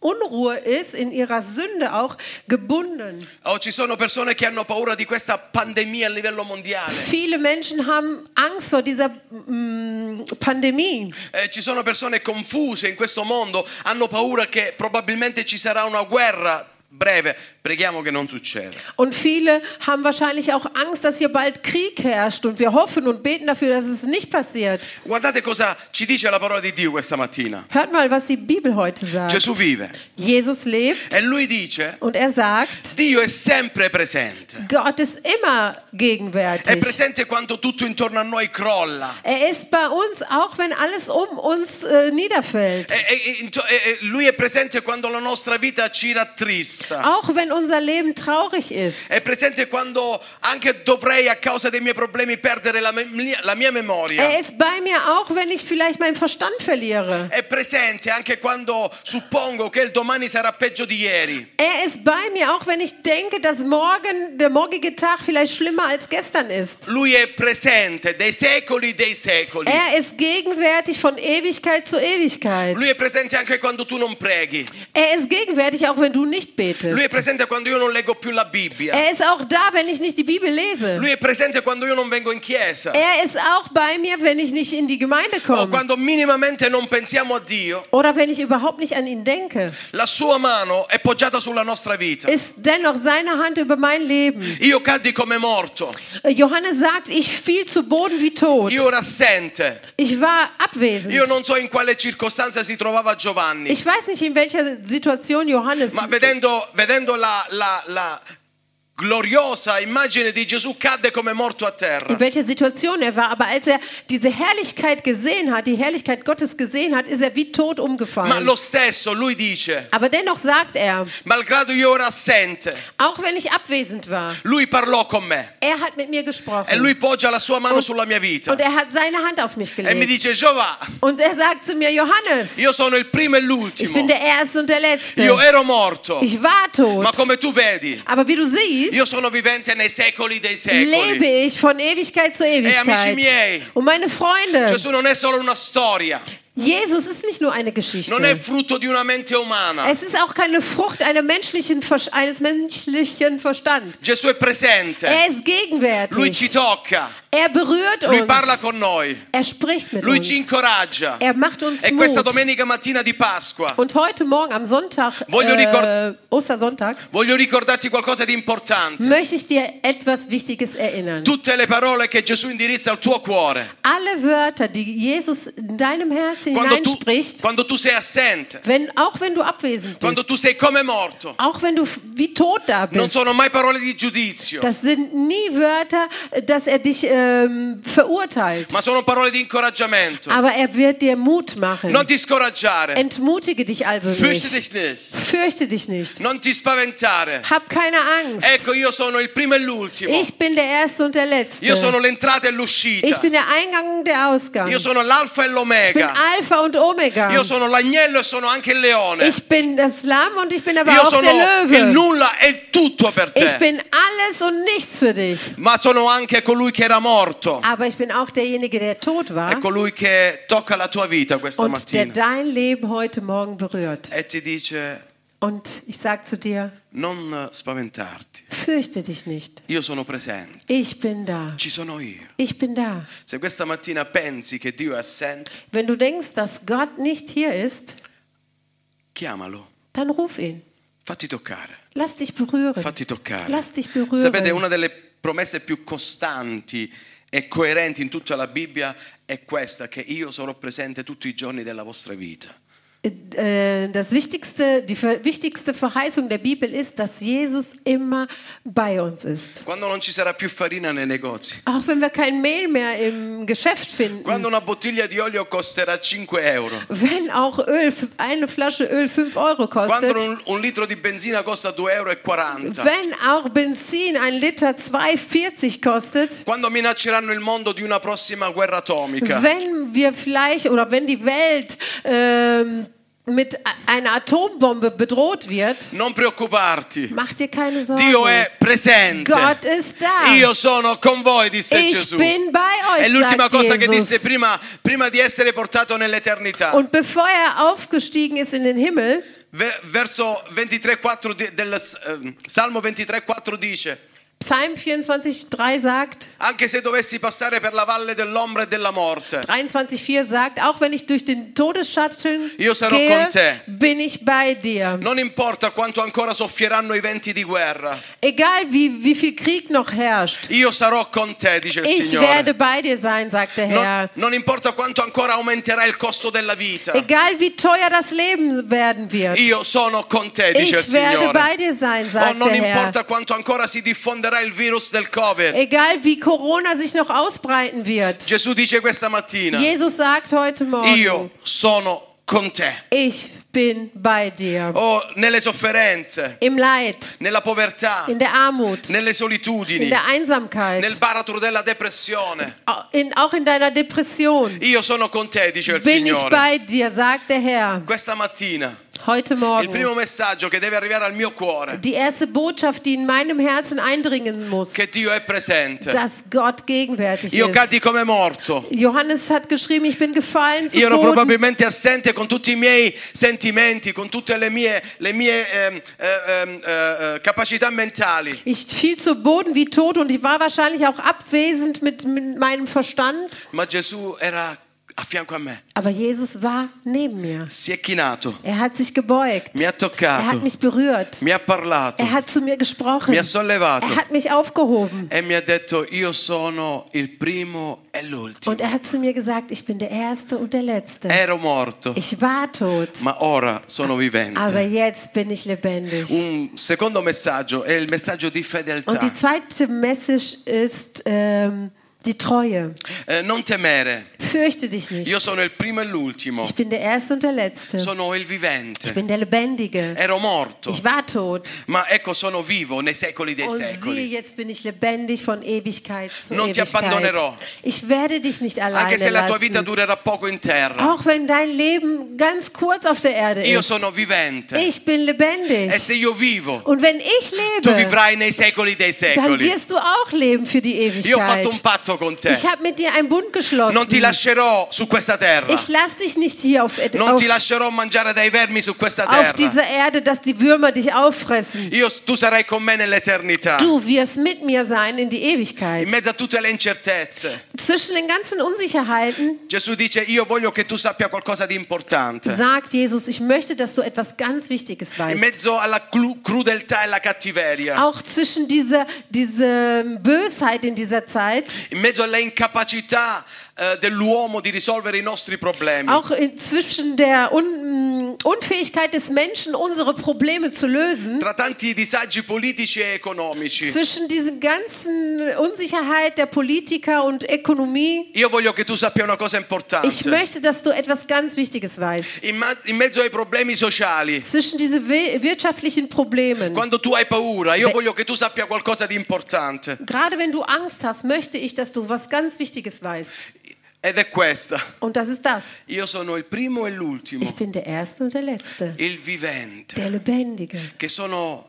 [SPEAKER 2] Unruhe ist, in ihrer Sünde auch gebunden.
[SPEAKER 1] Oh, ci sono persone che hanno paura di questa pandemia a livello mondiale.
[SPEAKER 2] Viele Menschen haben Angst vor dieser mm, Pandemie.
[SPEAKER 1] Eh, ci sono persone confuse in questo mondo, hanno paura che probabilmente ci sarà una guerra breve, preghiamo che non succeda.
[SPEAKER 2] Und viele haben wahrscheinlich auch Angst, dass hier bald Krieg herrscht. Und wir hoffen und beten dafür, dass es nicht passiert.
[SPEAKER 1] Guardate cosa ci dice la parola di Dio questa mattina.
[SPEAKER 2] Hört mal, was die Bibel heute sagt.
[SPEAKER 1] Gesù vive
[SPEAKER 2] Jesus lebt
[SPEAKER 1] e lui dice,
[SPEAKER 2] und er sagt,
[SPEAKER 1] Dio è sempre presente.
[SPEAKER 2] Gott ist immer
[SPEAKER 1] È
[SPEAKER 2] gegenwärtig.
[SPEAKER 1] presente quando tutto intorno a noi crolla.
[SPEAKER 2] Er ist bei uns, auch wenn alles um uns äh, niederfällt.
[SPEAKER 1] E, e- e- into- e- e lui è presente quando la nostra vita ci rattrista.
[SPEAKER 2] Auch wenn unser Leben traurig ist.
[SPEAKER 1] È presente quando anche dovrei a causa dei miei problemi perdere la, me- la mia memoria.
[SPEAKER 2] Er ist bei mir, auch wenn ich vielleicht meinen Verstand verliere.
[SPEAKER 1] È presente anche quando suppongo che il domani sarà peggio di ieri.
[SPEAKER 2] Er ist bei mir, auch wenn ich denke, dass morgen, der morgige Tag vielleicht schlimmer als gestern ist.
[SPEAKER 1] Lui è presente dei secoli dei secoli.
[SPEAKER 2] Er ist gegenwärtig von Ewigkeit zu Ewigkeit.
[SPEAKER 1] Lui è presente anche quando tu non preghi.
[SPEAKER 2] Er ist gegenwärtig, auch wenn du nicht
[SPEAKER 1] Lui è
[SPEAKER 2] betest.
[SPEAKER 1] presente quando io non leggo più la Bibbia.
[SPEAKER 2] Er ist auch da, wenn ich nicht die Bibel lese.
[SPEAKER 1] Lui è presente quando io non vengo in chiesa.
[SPEAKER 2] Er ist auch bei mir, wenn ich nicht in die Gemeinde
[SPEAKER 1] O
[SPEAKER 2] komme.
[SPEAKER 1] quando minimamente non pensiamo a Dio,
[SPEAKER 2] Oder wenn ich überhaupt nicht an ihn denke.
[SPEAKER 1] la sua mano è poggiata sulla nostra vita.
[SPEAKER 2] Ist dennoch seine Hand über mein Leben.
[SPEAKER 1] Io caddi come morto,
[SPEAKER 2] Äh, Johannes sagt, ich fiel zu Boden wie tot.
[SPEAKER 1] io rassente,
[SPEAKER 2] Ich war
[SPEAKER 1] io
[SPEAKER 2] abwesend.
[SPEAKER 1] non so in quale circostanza si trovava Giovanni,
[SPEAKER 2] Ich weiß nicht, in welcher Situation Johannes
[SPEAKER 1] ma vedendo, vedendo la, la- la gloriosa immagine di Gesù cadde come morto a
[SPEAKER 2] in
[SPEAKER 1] terra.
[SPEAKER 2] welcher Situation er war, aber als er diese Herrlichkeit gesehen hat, die Herrlichkeit Gottes gesehen hat, ist er wie tot
[SPEAKER 1] Ma
[SPEAKER 2] umgefallen.
[SPEAKER 1] lo stesso, lui dice,
[SPEAKER 2] Aber dennoch sagt er,
[SPEAKER 1] malgrado io ora assente,
[SPEAKER 2] auch wenn ich abwesend war,
[SPEAKER 1] lui parlò con me
[SPEAKER 2] er hat mit mir
[SPEAKER 1] e
[SPEAKER 2] gesprochen
[SPEAKER 1] lui poggia la sua mano sulla mia vita
[SPEAKER 2] und er hat seine Hand auf mich
[SPEAKER 1] e mi
[SPEAKER 2] gelegt.
[SPEAKER 1] dice, Giova,
[SPEAKER 2] Und er sagt zu mir, Johannes,
[SPEAKER 1] io sono il primo e
[SPEAKER 2] ich
[SPEAKER 1] l'ultimo,
[SPEAKER 2] bin der Erste und der
[SPEAKER 1] io
[SPEAKER 2] Letzte.
[SPEAKER 1] ero morto,
[SPEAKER 2] Ich war
[SPEAKER 1] ma
[SPEAKER 2] tot,
[SPEAKER 1] come tu vedi,
[SPEAKER 2] aber wie du siehst,
[SPEAKER 1] Io sono vivente nei secoli dei
[SPEAKER 2] lebe
[SPEAKER 1] secoli.
[SPEAKER 2] ich von Ewigkeit zu
[SPEAKER 1] amici miei.
[SPEAKER 2] Ewigkeit. Und meine Freunde,
[SPEAKER 1] Gesù non è solo una storia,
[SPEAKER 2] Jesus ist nicht nur eine Geschichte.
[SPEAKER 1] non è frutto di una mente umana.
[SPEAKER 2] Es ist auch keine Frucht einer menschlichen, Ver- eines menschlichen Verstand.
[SPEAKER 1] Gesù è presente,
[SPEAKER 2] Er
[SPEAKER 1] Lui
[SPEAKER 2] ist gegenwärtig.
[SPEAKER 1] ci tocca,
[SPEAKER 2] Er berührt
[SPEAKER 1] Lui parla
[SPEAKER 2] uns.
[SPEAKER 1] con noi,
[SPEAKER 2] Er spricht mit
[SPEAKER 1] Lui ci
[SPEAKER 2] uns.
[SPEAKER 1] incoraggia.
[SPEAKER 2] Er macht uns
[SPEAKER 1] E questa
[SPEAKER 2] Mut.
[SPEAKER 1] domenica mattina di Pasqua
[SPEAKER 2] Und heute Morgen am Sonntag,
[SPEAKER 1] Voglio
[SPEAKER 2] äh,
[SPEAKER 1] ricor-
[SPEAKER 2] Ostersonntag,
[SPEAKER 1] voglio ricordarti qualcosa di importante.
[SPEAKER 2] möchte ich dir etwas Wichtiges erinnern.
[SPEAKER 1] Tutte le parole che Gesù indirizza al tuo cuore,
[SPEAKER 2] Alle Wörter, die Jesus in deinem Herzen
[SPEAKER 1] quando tu,
[SPEAKER 2] hineinspricht,
[SPEAKER 1] quando tu sei assente,
[SPEAKER 2] wenn, auch wenn du abwesend
[SPEAKER 1] quando
[SPEAKER 2] bist,
[SPEAKER 1] tu sei come morto,
[SPEAKER 2] auch wenn du f- wie tot da
[SPEAKER 1] non
[SPEAKER 2] bist,
[SPEAKER 1] sono mai parole di giudizio,
[SPEAKER 2] das sind nie Wörter, dass er dich ähm, verurteilt.
[SPEAKER 1] ma sono parole di incoraggiamento.
[SPEAKER 2] Aber er wird dir Mut machen.
[SPEAKER 1] Non ti scoraggiare,
[SPEAKER 2] Entmutige dich also
[SPEAKER 1] fürchte
[SPEAKER 2] nicht.
[SPEAKER 1] dich nicht.
[SPEAKER 2] Fürchte dich nicht.
[SPEAKER 1] Non ti spaventare.
[SPEAKER 2] Hab keine Angst.
[SPEAKER 1] Ecco, io sono il primo e l'ultimo.
[SPEAKER 2] Ich bin der Erste und der Letzte.
[SPEAKER 1] Io sono l'entrata e
[SPEAKER 2] Ich
[SPEAKER 1] l'uscita.
[SPEAKER 2] bin der Eingang und der Ausgang.
[SPEAKER 1] Io
[SPEAKER 2] Ich
[SPEAKER 1] sono l'alfa e
[SPEAKER 2] bin
[SPEAKER 1] l'omega.
[SPEAKER 2] Alpha und Omega.
[SPEAKER 1] Io sono l'agnello e sono anche il leone.
[SPEAKER 2] Ich bin das Lamm und ich bin aber
[SPEAKER 1] Io
[SPEAKER 2] auch der
[SPEAKER 1] sono il
[SPEAKER 2] Löwe.
[SPEAKER 1] nulla e il tutto per
[SPEAKER 2] Ich
[SPEAKER 1] te.
[SPEAKER 2] bin alles und nichts für dich.
[SPEAKER 1] Ma sono anche colui che era morto.
[SPEAKER 2] Aber ich bin auch derjenige, der tot
[SPEAKER 1] È
[SPEAKER 2] war
[SPEAKER 1] colui che tocca la tua vita questa
[SPEAKER 2] und der
[SPEAKER 1] mattina.
[SPEAKER 2] dein Leben heute Morgen berührt.
[SPEAKER 1] E ti dice,
[SPEAKER 2] Und ich sage zu dir,
[SPEAKER 1] non spaventarti.
[SPEAKER 2] fürchte dich nicht.
[SPEAKER 1] Io sono presente.
[SPEAKER 2] Ich bin da.
[SPEAKER 1] Ci sono io.
[SPEAKER 2] Ich bin da.
[SPEAKER 1] Se questa mattina pensi che Dio è assente,
[SPEAKER 2] Wenn du denkst, dass Gott nicht hier ist,
[SPEAKER 1] chiamalo.
[SPEAKER 2] dann ruf ihn.
[SPEAKER 1] Fatti toccare.
[SPEAKER 2] Lass dich berühren.
[SPEAKER 1] Fatti toccare.
[SPEAKER 2] Lass dich berühren.
[SPEAKER 1] Sapete, una delle promesse più costanti e coerenti in tutta la Bibbia è questa, che io sarò presente tutti i giorni della vostra vita.
[SPEAKER 2] Äh, Das wichtigste, die ver- wichtigste Verheißung der Bibel ist, dass Jesus immer bei uns ist.
[SPEAKER 1] Quando non ci sarà più farina nei negozi,
[SPEAKER 2] Auch wenn wir kein Mehl mehr im Geschäft finden,
[SPEAKER 1] quando una bottiglia di olio costerà 5 euro,
[SPEAKER 2] wenn auch Öl, eine Flasche Öl 5 Euro kostet,
[SPEAKER 1] quando un, un litro di benzina costa 2,40 euro,
[SPEAKER 2] wenn auch Benzin ein Liter 2,40 kostet,
[SPEAKER 1] quando minacceranno il mondo di una prossima guerra atomica,
[SPEAKER 2] wenn wir vielleicht oder wenn die Welt ähm, mit a- einer Atombombe bedroht wird,
[SPEAKER 1] non preoccuparti,
[SPEAKER 2] mach dir keine Sorgen.
[SPEAKER 1] Dio è presente.
[SPEAKER 2] Gott ist da.
[SPEAKER 1] Io sono con voi, disse
[SPEAKER 2] ich
[SPEAKER 1] Gesù.
[SPEAKER 2] bin bei euch.
[SPEAKER 1] È l'ultima
[SPEAKER 2] sagt
[SPEAKER 1] cosa che
[SPEAKER 2] Esatto, Jesus.
[SPEAKER 1] disse prima, prima di essere portato nell'eternità.
[SPEAKER 2] Und bevor er aufgestiegen ist in den Himmel,
[SPEAKER 1] ehm, Ve- verso 23, 4 di- del eh, Salmo 23, 4 dice:
[SPEAKER 2] Psalm 24,3 sagt,
[SPEAKER 1] Anche se dovessi passare per la valle dell'ombra e della morte,
[SPEAKER 2] 23,4 sagt, auch wenn ich durch den Todesschatten
[SPEAKER 1] Io sarò
[SPEAKER 2] gehe,
[SPEAKER 1] con te.
[SPEAKER 2] bin ich bei dir.
[SPEAKER 1] non importa quanto ancora soffieranno i venti di guerra,
[SPEAKER 2] Egal wie, wie viel Krieg noch herrscht,
[SPEAKER 1] io sarò con te, dice il
[SPEAKER 2] ich
[SPEAKER 1] Signore.
[SPEAKER 2] werde bei dir sein, sagt der
[SPEAKER 1] Non,
[SPEAKER 2] Herr.
[SPEAKER 1] non importa quanto ancora aumenterà il costo della vita,
[SPEAKER 2] Egal wie teuer das Leben werden wird,
[SPEAKER 1] io sono con te, dice il
[SPEAKER 2] ich werde
[SPEAKER 1] Signore.
[SPEAKER 2] bei dir sein,
[SPEAKER 1] Oh,
[SPEAKER 2] sagt
[SPEAKER 1] non
[SPEAKER 2] der Herr.
[SPEAKER 1] importa quanto ancora si diffonderà il virus del Covid.
[SPEAKER 2] Egal wie Corona sich noch ausbreiten wird,
[SPEAKER 1] Gesù dice questa mattina,
[SPEAKER 2] Jesus sagt heute Morgen,
[SPEAKER 1] io sono con te.
[SPEAKER 2] ich bin bei dir.
[SPEAKER 1] Oh, nelle sofferenze,
[SPEAKER 2] Im Leid,
[SPEAKER 1] nella povertà,
[SPEAKER 2] in der Armut,
[SPEAKER 1] nelle
[SPEAKER 2] in
[SPEAKER 1] solitudini,
[SPEAKER 2] der Einsamkeit,
[SPEAKER 1] nel baratro della depressione.
[SPEAKER 2] au- in, auch in deiner Depression
[SPEAKER 1] Io sono con te, dice il
[SPEAKER 2] bin ich
[SPEAKER 1] Signore.
[SPEAKER 2] bei dir, sagt der Herr.
[SPEAKER 1] Questa mattina
[SPEAKER 2] Heute
[SPEAKER 1] il primo
[SPEAKER 2] Morgen.
[SPEAKER 1] messaggio che deve arrivare al mio cuore
[SPEAKER 2] Die erste Botschaft, die in meinem Herzen eindringen muss,
[SPEAKER 1] che Dio è presente.
[SPEAKER 2] dass Gott gegenwärtig
[SPEAKER 1] Io
[SPEAKER 2] ist.
[SPEAKER 1] cadi come morto.
[SPEAKER 2] Johannes hat geschrieben, ich bin gefallen zu
[SPEAKER 1] Io ero
[SPEAKER 2] Boden.
[SPEAKER 1] probabilmente assente con tutti i miei sentimenti, con tutte le mie, le mie ehm, eh, ehm, eh, eh, capacità mentali.
[SPEAKER 2] Ich fiel zu Boden wie tot und ich war wahrscheinlich auch abwesend mit, mit meinem Verstand.
[SPEAKER 1] Ma Gesù era a fianco a me,
[SPEAKER 2] Aber Jesus war neben mir.
[SPEAKER 1] si è chinato,
[SPEAKER 2] Er hat sich gebeugt.
[SPEAKER 1] mi ha
[SPEAKER 2] Er hat
[SPEAKER 1] toccato,
[SPEAKER 2] mich berührt.
[SPEAKER 1] mi ha parlato,
[SPEAKER 2] Er hat zu mir gesprochen.
[SPEAKER 1] mi ha sollevato
[SPEAKER 2] Er hat mich aufgehoben.
[SPEAKER 1] e mi ha detto io sono il primo e l'ultimo.
[SPEAKER 2] Und er hat zu mir gesagt, ich bin der Erste und der Letzte.
[SPEAKER 1] Ero morto,
[SPEAKER 2] Ich war tot,
[SPEAKER 1] ma ora sono
[SPEAKER 2] aber
[SPEAKER 1] vivente.
[SPEAKER 2] jetzt bin ich lebendig.
[SPEAKER 1] Un secondo messaggio è il messaggio di
[SPEAKER 2] Und die
[SPEAKER 1] fedeltà.
[SPEAKER 2] zweite Message ist ähm, die Treue.
[SPEAKER 1] Eh, non temere,
[SPEAKER 2] Fürchte dich nicht.
[SPEAKER 1] io sono il primo e l'ultimo,
[SPEAKER 2] Ich bin der Erste und der Letzte.
[SPEAKER 1] sono il
[SPEAKER 2] Ich
[SPEAKER 1] vivente.
[SPEAKER 2] bin der Lebendige.
[SPEAKER 1] Ero morto,
[SPEAKER 2] Ich war tot.
[SPEAKER 1] ma ecco sono vivo nei secoli dei
[SPEAKER 2] Und siehe,
[SPEAKER 1] secoli.
[SPEAKER 2] jetzt bin ich lebendig von Ewigkeit zu
[SPEAKER 1] Non ti
[SPEAKER 2] Ewigkeit.
[SPEAKER 1] abbandonerò.
[SPEAKER 2] Ich werde dich nicht alleine
[SPEAKER 1] Anche se la tua vita
[SPEAKER 2] lassen.
[SPEAKER 1] durerà poco in terra,
[SPEAKER 2] Auch wenn dein Leben ganz kurz auf der Erde
[SPEAKER 1] io
[SPEAKER 2] ist.
[SPEAKER 1] sono vivente.
[SPEAKER 2] Ich bin lebendig.
[SPEAKER 1] E se io vivo,
[SPEAKER 2] Und wenn ich
[SPEAKER 1] tu
[SPEAKER 2] lebe,
[SPEAKER 1] vivrai nei secoli dei
[SPEAKER 2] dann
[SPEAKER 1] secoli.
[SPEAKER 2] wirst du auch leben für die
[SPEAKER 1] Io ho fatto un
[SPEAKER 2] Ewigkeit.
[SPEAKER 1] patto con te.
[SPEAKER 2] Ich habe mit dir einen Bund geschlossen.
[SPEAKER 1] Non ti lascerò su questa terra.
[SPEAKER 2] Ich lasse dich nicht hier auf, äh,
[SPEAKER 1] Non
[SPEAKER 2] auf,
[SPEAKER 1] ti lascerò mangiare dai vermi su questa
[SPEAKER 2] auf
[SPEAKER 1] terra.
[SPEAKER 2] dieser Erde, dass die Würmer dich auffressen.
[SPEAKER 1] Io, tu sarai con me nell'eternità.
[SPEAKER 2] Du wirst mit mir sein in die
[SPEAKER 1] In
[SPEAKER 2] Ewigkeit.
[SPEAKER 1] mezzo a tutte le incertezze.
[SPEAKER 2] Zwischen den ganzen Unsicherheiten
[SPEAKER 1] Gesù dice io voglio che tu sappia qualcosa di importante.
[SPEAKER 2] sagt Jesus, ich möchte, dass du etwas ganz Wichtiges
[SPEAKER 1] In
[SPEAKER 2] weißt.
[SPEAKER 1] mezzo alla clu- crudeltà e alla cattiveria.
[SPEAKER 2] Auch zwischen dieser, dieser Bösheit in dieser Zeit,
[SPEAKER 1] In mezzo alla incapacità eh, dell'uomo di risolvere i nostri problemi.
[SPEAKER 2] auch in- zwischen der Un Unfähigkeit des Menschen, unsere Probleme zu lösen,
[SPEAKER 1] Tra tanti disagi politici e economici.
[SPEAKER 2] zwischen diesem ganzen Unsicherheit der Politiker und Ökonomie,
[SPEAKER 1] Io voglio che tu sappia una cosa
[SPEAKER 2] ich
[SPEAKER 1] importante.
[SPEAKER 2] möchte, dass du etwas ganz Wichtiges weißt.
[SPEAKER 1] In, ma- in mezzo ai problemi sociali.
[SPEAKER 2] Zwischen diese we- wirtschaftlichen Problemen,
[SPEAKER 1] Quando tu hai paura, io
[SPEAKER 2] Mm. Beh.
[SPEAKER 1] voglio che tu sappia qualcosa di importante.
[SPEAKER 2] gerade wenn du Angst hast, möchte ich, dass du was ganz Wichtiges weißt.
[SPEAKER 1] Ed è questa.
[SPEAKER 2] Und das ist das.
[SPEAKER 1] Io sono il primo e l'ultimo,
[SPEAKER 2] Ich bin der Erste und der Letzte.
[SPEAKER 1] il vivente,
[SPEAKER 2] Der Lebendige.
[SPEAKER 1] che sono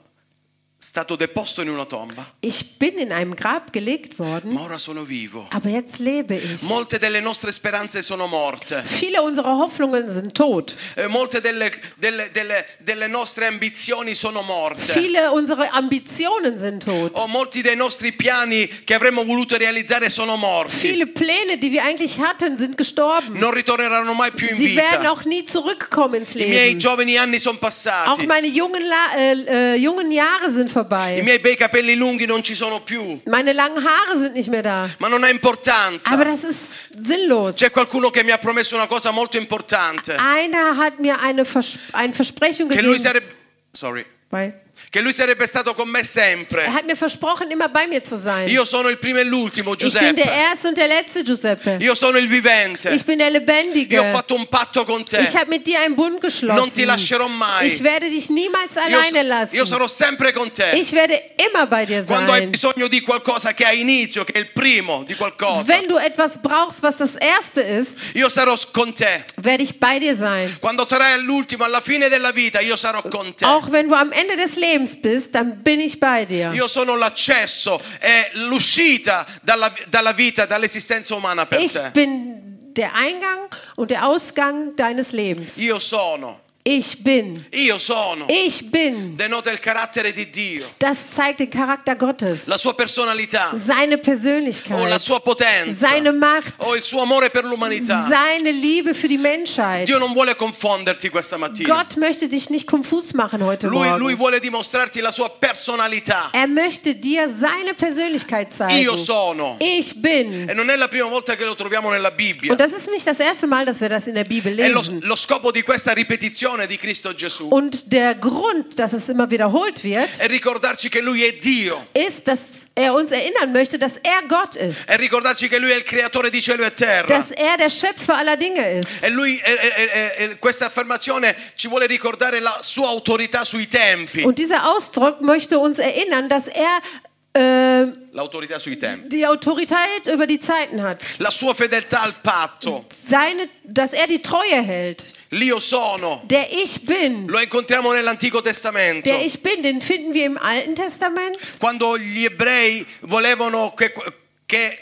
[SPEAKER 1] stato deposto in una tomba,
[SPEAKER 2] Ich bin in einem Grab gelegt worden,
[SPEAKER 1] ma ora sono vivo.
[SPEAKER 2] aber jetzt lebe ich.
[SPEAKER 1] Molte delle nostre speranze sono morte,
[SPEAKER 2] Viele unserer Hoffnungen sind tot.
[SPEAKER 1] eh, molte delle, delle- delle- delle nostre ambizioni sono morte.
[SPEAKER 2] Viele unserer Ambitionen sind tot.
[SPEAKER 1] O molti dei nostri piani che avremmo voluto realizzare sono morti.
[SPEAKER 2] Viele Pläne, die wir eigentlich hatten, sind gestorben.
[SPEAKER 1] Non ritorneranno mai più in
[SPEAKER 2] Sie werden
[SPEAKER 1] vita.
[SPEAKER 2] auch nie zurückkommen ins
[SPEAKER 1] I miei
[SPEAKER 2] Leben.
[SPEAKER 1] giovani anni sono
[SPEAKER 2] Auch
[SPEAKER 1] passati.
[SPEAKER 2] meine jungen, La äh, äh, jungen Jahre sind
[SPEAKER 1] I
[SPEAKER 2] vorbei.
[SPEAKER 1] miei bei capelli lunghi non ci sono più,
[SPEAKER 2] Meine langen Haare sind nicht mehr da.
[SPEAKER 1] ma non ha importanza.
[SPEAKER 2] Aber das ist sinnlos.
[SPEAKER 1] C'è qualcuno che mi ha promesso una cosa molto importante,
[SPEAKER 2] Einer hat mir eine Vers ein Versprechen
[SPEAKER 1] che lui
[SPEAKER 2] gegeben.
[SPEAKER 1] sarebbe sorry,
[SPEAKER 2] Weil-
[SPEAKER 1] che lui sarebbe stato con me
[SPEAKER 2] Er
[SPEAKER 1] sempre.
[SPEAKER 2] hat mir versprochen, immer bei mir zu sein.
[SPEAKER 1] Io sono il primo Eh, e l'ultimo,
[SPEAKER 2] Ich bin der
[SPEAKER 1] Giuseppe.
[SPEAKER 2] Erste und der Letzte, Giuseppe.
[SPEAKER 1] Io sono il eh, diciamo, vivente.
[SPEAKER 2] Ich bin der Lebendige.
[SPEAKER 1] Io ho fatto un patto con te.
[SPEAKER 2] Ich habe mit dir einen Bund geschlossen.
[SPEAKER 1] Non ti lascerò mai.
[SPEAKER 2] Ich werde dich niemals
[SPEAKER 1] Io,
[SPEAKER 2] alleine
[SPEAKER 1] so-
[SPEAKER 2] lassen.
[SPEAKER 1] io sarò sempre con te.
[SPEAKER 2] ich werde immer bei dir
[SPEAKER 1] Quando hai
[SPEAKER 2] sein.
[SPEAKER 1] bisogno di qualcosa che ha inizio, che è il primo di qualcosa,
[SPEAKER 2] Wenn du etwas brauchst, was das Erste ist,
[SPEAKER 1] io sarò s- con te.
[SPEAKER 2] werde ich bei dir sein.
[SPEAKER 1] Quando sarai all'ultimo, alla fine della vita, io sarò con te.
[SPEAKER 2] Auch wenn du am Ende des Lebens bist, dann bin ich bei dir.
[SPEAKER 1] Io sono l'accesso e l'uscita dalla, dalla vita, dall'esistenza umana per
[SPEAKER 2] Ich
[SPEAKER 1] te.
[SPEAKER 2] bin der Eingang und der Ausgang deines Lebens.
[SPEAKER 1] Io sono
[SPEAKER 2] Ich bin.
[SPEAKER 1] Io sono.
[SPEAKER 2] Ich bin.
[SPEAKER 1] Denota il carattere di Dio,
[SPEAKER 2] Das zeigt den Charakter Gottes.
[SPEAKER 1] la sua personalità,
[SPEAKER 2] Seine
[SPEAKER 1] o la
[SPEAKER 2] Persönlichkeit.
[SPEAKER 1] sua Oh, potenza,
[SPEAKER 2] Seine Macht.
[SPEAKER 1] o il suo amore per l'umanità.
[SPEAKER 2] Seine Liebe für die Menschheit.
[SPEAKER 1] Dio non vuole confonderti questa mattina.
[SPEAKER 2] Gott möchte dich nicht konfus machen heute
[SPEAKER 1] Lui, lui
[SPEAKER 2] Morgen.
[SPEAKER 1] vuole dimostrarti la sua personalità.
[SPEAKER 2] Er möchte dir seine Persönlichkeit zeigen.
[SPEAKER 1] Io sono.
[SPEAKER 2] Ich bin.
[SPEAKER 1] E non è la prima volta che lo troviamo nella Bibbia.
[SPEAKER 2] Und das ist nicht das erste Mal, dass wir das in der Bibel
[SPEAKER 1] E lo,
[SPEAKER 2] lesen.
[SPEAKER 1] lo scopo di questa ripetizione di Cristo Gesù
[SPEAKER 2] Und der Grund, dass es immer wiederholt wird,
[SPEAKER 1] è ricordarci che Lui è Dio,
[SPEAKER 2] ist, dass er uns erinnern möchte, dass er Gott ist.
[SPEAKER 1] è ricordarci che Lui è il creatore di cielo e terra.
[SPEAKER 2] Dass er der Schöpfer aller Dinge ist.
[SPEAKER 1] E lui, e- e- e- e- questa affermazione ci vuole ricordare la sua autorità sui tempi.
[SPEAKER 2] Und dieser Ausdruck möchte uns erinnern, dass er äh,
[SPEAKER 1] L'autorità sui tempi.
[SPEAKER 2] die Autorität über die Zeiten hat.
[SPEAKER 1] La sua fedeltà al patto.
[SPEAKER 2] Seine, dass er die Treue hält.
[SPEAKER 1] L'io sono.
[SPEAKER 2] Der Ich Bin.
[SPEAKER 1] Lo incontriamo nell'Antico Testamento.
[SPEAKER 2] Der Ich Bin, den finden wir im Alten Testament.
[SPEAKER 1] Quando gli ebrei volevano che, che-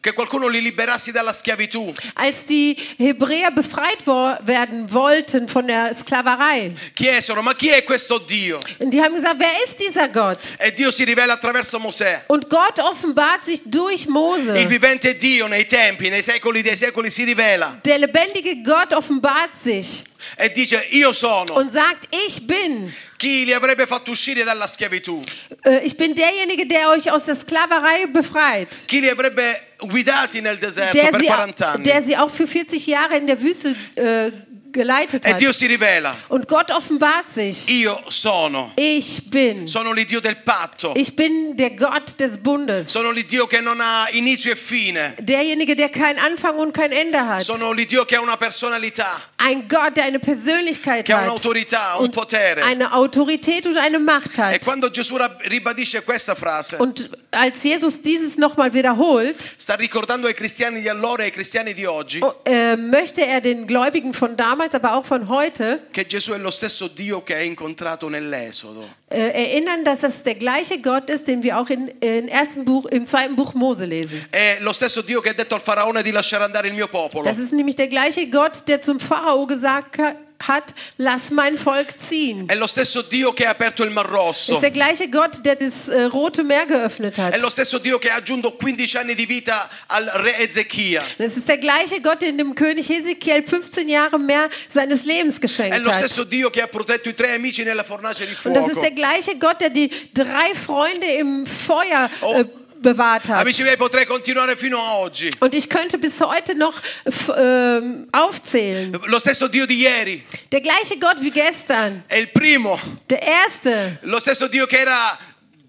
[SPEAKER 1] che qualcuno li liberassi dalla schiavitù,
[SPEAKER 2] Als die Hebräer befreit wor- werden wollten von der Sklaverei.
[SPEAKER 1] chiesero: Ma chi è questo Dio?
[SPEAKER 2] Und die haben gesagt, wer ist dieser Gott?
[SPEAKER 1] E Dio si rivela attraverso Mosè.
[SPEAKER 2] Und Gott offenbart sich durch
[SPEAKER 1] Il
[SPEAKER 2] Mose.
[SPEAKER 1] vivente Dio nei tempi, nei secoli dei secoli si rivela
[SPEAKER 2] Der lebendige Gott offenbart sich
[SPEAKER 1] e dice: Io sono
[SPEAKER 2] und sagt, ich bin.
[SPEAKER 1] chi li avrebbe fatto uscire dalla schiavitù,
[SPEAKER 2] Äh, Ich bin derjenige, der euch aus der Sklaverei befreit.
[SPEAKER 1] chi li avrebbe guidati nel deserto
[SPEAKER 2] Der
[SPEAKER 1] per
[SPEAKER 2] sie,
[SPEAKER 1] 40 anni.
[SPEAKER 2] der sie auch für 40 Jahre in der Wüste äh, geleitet
[SPEAKER 1] E
[SPEAKER 2] hat.
[SPEAKER 1] Dio si rivela:
[SPEAKER 2] Und Gott offenbart sich.
[SPEAKER 1] Io sono.
[SPEAKER 2] Ich bin.
[SPEAKER 1] Sono l'Iddio del patto.
[SPEAKER 2] Ich bin der Gott des Bundes.
[SPEAKER 1] Sono l'Iddio che non ha inizio e fine.
[SPEAKER 2] Derjenige, der keinen Anfang und kein Ende hat.
[SPEAKER 1] Sono l'Iddio che ha una personalità,
[SPEAKER 2] Ein Gott, der eine Persönlichkeit
[SPEAKER 1] che ha
[SPEAKER 2] hat.
[SPEAKER 1] un'autorità, un
[SPEAKER 2] Und
[SPEAKER 1] potere.
[SPEAKER 2] eine Autorität und eine Macht
[SPEAKER 1] E
[SPEAKER 2] hat.
[SPEAKER 1] quando Gesù rab- ribadisce questa frase,
[SPEAKER 2] Und als Jesus dieses nochmal wiederholt,
[SPEAKER 1] sta ricordando ai cristiani di allora e ai cristiani di oggi
[SPEAKER 2] äh, möchte er den Gläubigen von damals, aber auch von heute
[SPEAKER 1] che Gesù è lo stesso Dio che hai incontrato nell'Esodo.
[SPEAKER 2] äh, erinnern, dass das der gleiche Gott ist, den wir auch in, in ersten Buch, im zweiten Buch Mose lesen.
[SPEAKER 1] È lo stesso Dio che ha detto al faraone di lasciare andare il mio popolo.
[SPEAKER 2] Das ist nämlich der gleiche Gott, der zum Pharao gesagt ha- hat, lass mein Volk ziehen.
[SPEAKER 1] È lo stesso Dio che ha aperto il Mar Rosso.
[SPEAKER 2] Ist der gleiche Gott, der das äh, Rote Meer geöffnet hat.
[SPEAKER 1] È lo stesso Dio che ha aggiunto 15 anni di vita al re Ezechia.
[SPEAKER 2] Das ist der gleiche Gott, der dem König Hesekiel 15 Jahre mehr seines Lebens
[SPEAKER 1] È
[SPEAKER 2] geschenkt
[SPEAKER 1] lo
[SPEAKER 2] hat.
[SPEAKER 1] stesso Dio che ha protetto i tre amici nella fornace di
[SPEAKER 2] Und das ist der
[SPEAKER 1] fuoco.
[SPEAKER 2] gleiche Gott, der die drei Freunde im Feuer
[SPEAKER 1] Oh.
[SPEAKER 2] äh, bewahrt hat.
[SPEAKER 1] Amici miei, potrei continuare fino a oggi.
[SPEAKER 2] Und ich könnte bis heute noch f- ähm, aufzählen.
[SPEAKER 1] Lo stesso Dio di ieri
[SPEAKER 2] Der gleiche Gott wie gestern.
[SPEAKER 1] è il primo.
[SPEAKER 2] Der erste.
[SPEAKER 1] Lo stesso Dio che era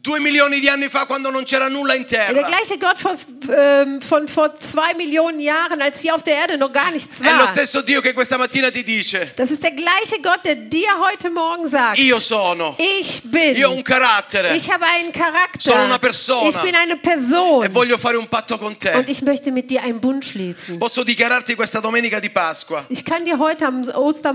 [SPEAKER 1] due milioni di anni fa quando non c'era nulla in
[SPEAKER 2] Der
[SPEAKER 1] terra.
[SPEAKER 2] gleiche Gott von, ähm, von vor zwei Millionen Jahren, als hier auf der Erde noch gar nichts
[SPEAKER 1] È lo
[SPEAKER 2] war.
[SPEAKER 1] stesso Dio che questa mattina ti dice,
[SPEAKER 2] Das ist der gleiche Gott, der dir heute Morgen sagt,
[SPEAKER 1] io sono,
[SPEAKER 2] ich
[SPEAKER 1] io ho un
[SPEAKER 2] bin,
[SPEAKER 1] carattere
[SPEAKER 2] ich habe einen
[SPEAKER 1] Sono una
[SPEAKER 2] Charakter,
[SPEAKER 1] persona.
[SPEAKER 2] ich bin eine Person
[SPEAKER 1] e voglio fare un patto con
[SPEAKER 2] und
[SPEAKER 1] te.
[SPEAKER 2] ich möchte mit dir einen Bund schließen.
[SPEAKER 1] Posso dichiararti questa domenica di Pasqua
[SPEAKER 2] Ich kann dir heute am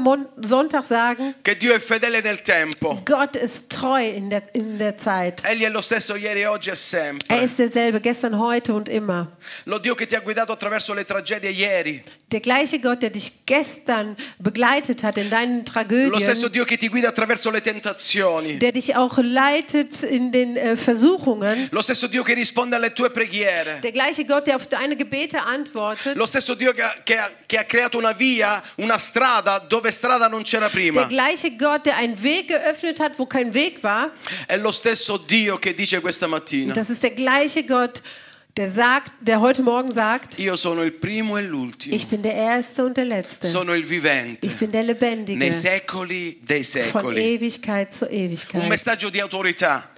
[SPEAKER 2] Ostersonntag sagen,
[SPEAKER 1] che Dio è fedele nel tempo.
[SPEAKER 2] Gott ist treu in der, in der Zeit.
[SPEAKER 1] Egli è lo stesso ieri, oggi e
[SPEAKER 2] Er
[SPEAKER 1] sempre.
[SPEAKER 2] ist derselbe, gestern, heute und immer.
[SPEAKER 1] Lo Dio che ti ha guidato attraverso le tragedie ieri.
[SPEAKER 2] Der gleiche Gott, der dich gestern begleitet hat in deinen
[SPEAKER 1] Lo stesso
[SPEAKER 2] Tragödien,
[SPEAKER 1] Dio che ti guida attraverso le tentazioni.
[SPEAKER 2] der dich auch leitet in den äh, Versuchungen,
[SPEAKER 1] Lo stesso Dio che risponde alle tue preghiere.
[SPEAKER 2] der gleiche Gott, der auf deine Gebete antwortet,
[SPEAKER 1] Lo stesso Dio che ha, che ha- che ha creato una via, una strada dove strada non c'era
[SPEAKER 2] der
[SPEAKER 1] prima.
[SPEAKER 2] gleiche Gott, der einen Weg geöffnet hat, wo kein Weg war,
[SPEAKER 1] È lo stesso Dio che dice questa mattina,
[SPEAKER 2] das ist der gleiche Gott, der sagt, der heute Morgen sagt,
[SPEAKER 1] io sono il primo e l'ultimo,
[SPEAKER 2] ich bin der Erste und der Letzte,
[SPEAKER 1] sono il
[SPEAKER 2] ich
[SPEAKER 1] vivente
[SPEAKER 2] bin der
[SPEAKER 1] nei
[SPEAKER 2] Lebendige
[SPEAKER 1] secoli dei
[SPEAKER 2] von
[SPEAKER 1] secoli.
[SPEAKER 2] Ewigkeit zu
[SPEAKER 1] Un
[SPEAKER 2] Ewigkeit.
[SPEAKER 1] messaggio di autorità.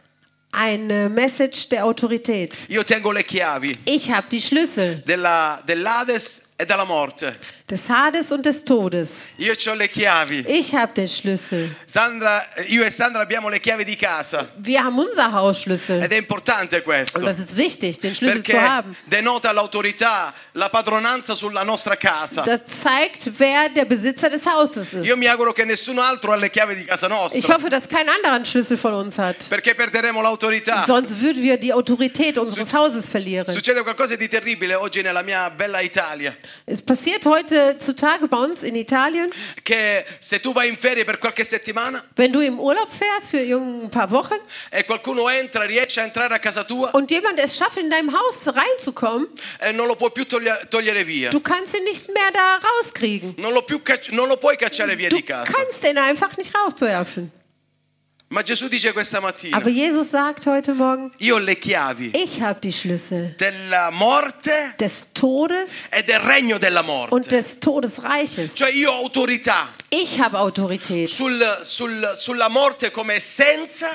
[SPEAKER 2] Eine Message der Autorität.
[SPEAKER 1] Io tengo le chiavi
[SPEAKER 2] Ich habe die Schlüssel
[SPEAKER 1] della- dell'Ades e della morte.
[SPEAKER 2] des Hades und des Todes.
[SPEAKER 1] Io ho le chiavi.
[SPEAKER 2] Ich habe den Schlüssel.
[SPEAKER 1] Sandra, io e Sandra abbiamo le chiavi di casa
[SPEAKER 2] Wir haben unser Hausschlüssel.
[SPEAKER 1] ed è importante
[SPEAKER 2] Und
[SPEAKER 1] questo.
[SPEAKER 2] das ist wichtig, den Schlüssel zu
[SPEAKER 1] Perché
[SPEAKER 2] haben.
[SPEAKER 1] denota l'autorità, la padronanza sulla nostra casa.
[SPEAKER 2] Das zeigt, wer der Besitzer des Hauses
[SPEAKER 1] Io
[SPEAKER 2] ist.
[SPEAKER 1] mi auguro che nessun altro ha le chiavi di casa
[SPEAKER 2] Ich
[SPEAKER 1] nostra,
[SPEAKER 2] hoffe, dass kein anderer einen Schlüssel von uns hat.
[SPEAKER 1] perché perderemo l'autorità.
[SPEAKER 2] Sonst würden wir die Autorität unseres Hauses verlieren.
[SPEAKER 1] Succede qualcosa di terribile oggi nella mia bella Italia.
[SPEAKER 2] Es passiert heute heutzutage bei uns in Italien,
[SPEAKER 1] che se tu vai in ferie per qualche settimana
[SPEAKER 2] wenn du im Urlaub fährst für ein paar Wochen
[SPEAKER 1] e qualcuno entra, riesce a entrare a casa tua,
[SPEAKER 2] und jemand es schafft, in deinem Haus reinzukommen,
[SPEAKER 1] eh, non lo puoi più togli- togliere via.
[SPEAKER 2] du kannst ihn nicht mehr da rauskriegen.
[SPEAKER 1] Non lo, più cacci- non lo puoi cacciare via
[SPEAKER 2] Du
[SPEAKER 1] di casa.
[SPEAKER 2] kannst ihn einfach nicht rauswerfen.
[SPEAKER 1] Ma Gesù dice questa mattina,
[SPEAKER 2] Aber Jesus sagt heute Morgen,
[SPEAKER 1] io ho le chiavi
[SPEAKER 2] ich habe die Schlüssel
[SPEAKER 1] della morte
[SPEAKER 2] des Todes
[SPEAKER 1] e del regno della
[SPEAKER 2] und
[SPEAKER 1] morte.
[SPEAKER 2] des Todesreiches.
[SPEAKER 1] Cioè io ho autorità
[SPEAKER 2] Ich habe Autorität
[SPEAKER 1] sul- sul- sulla morte come essenza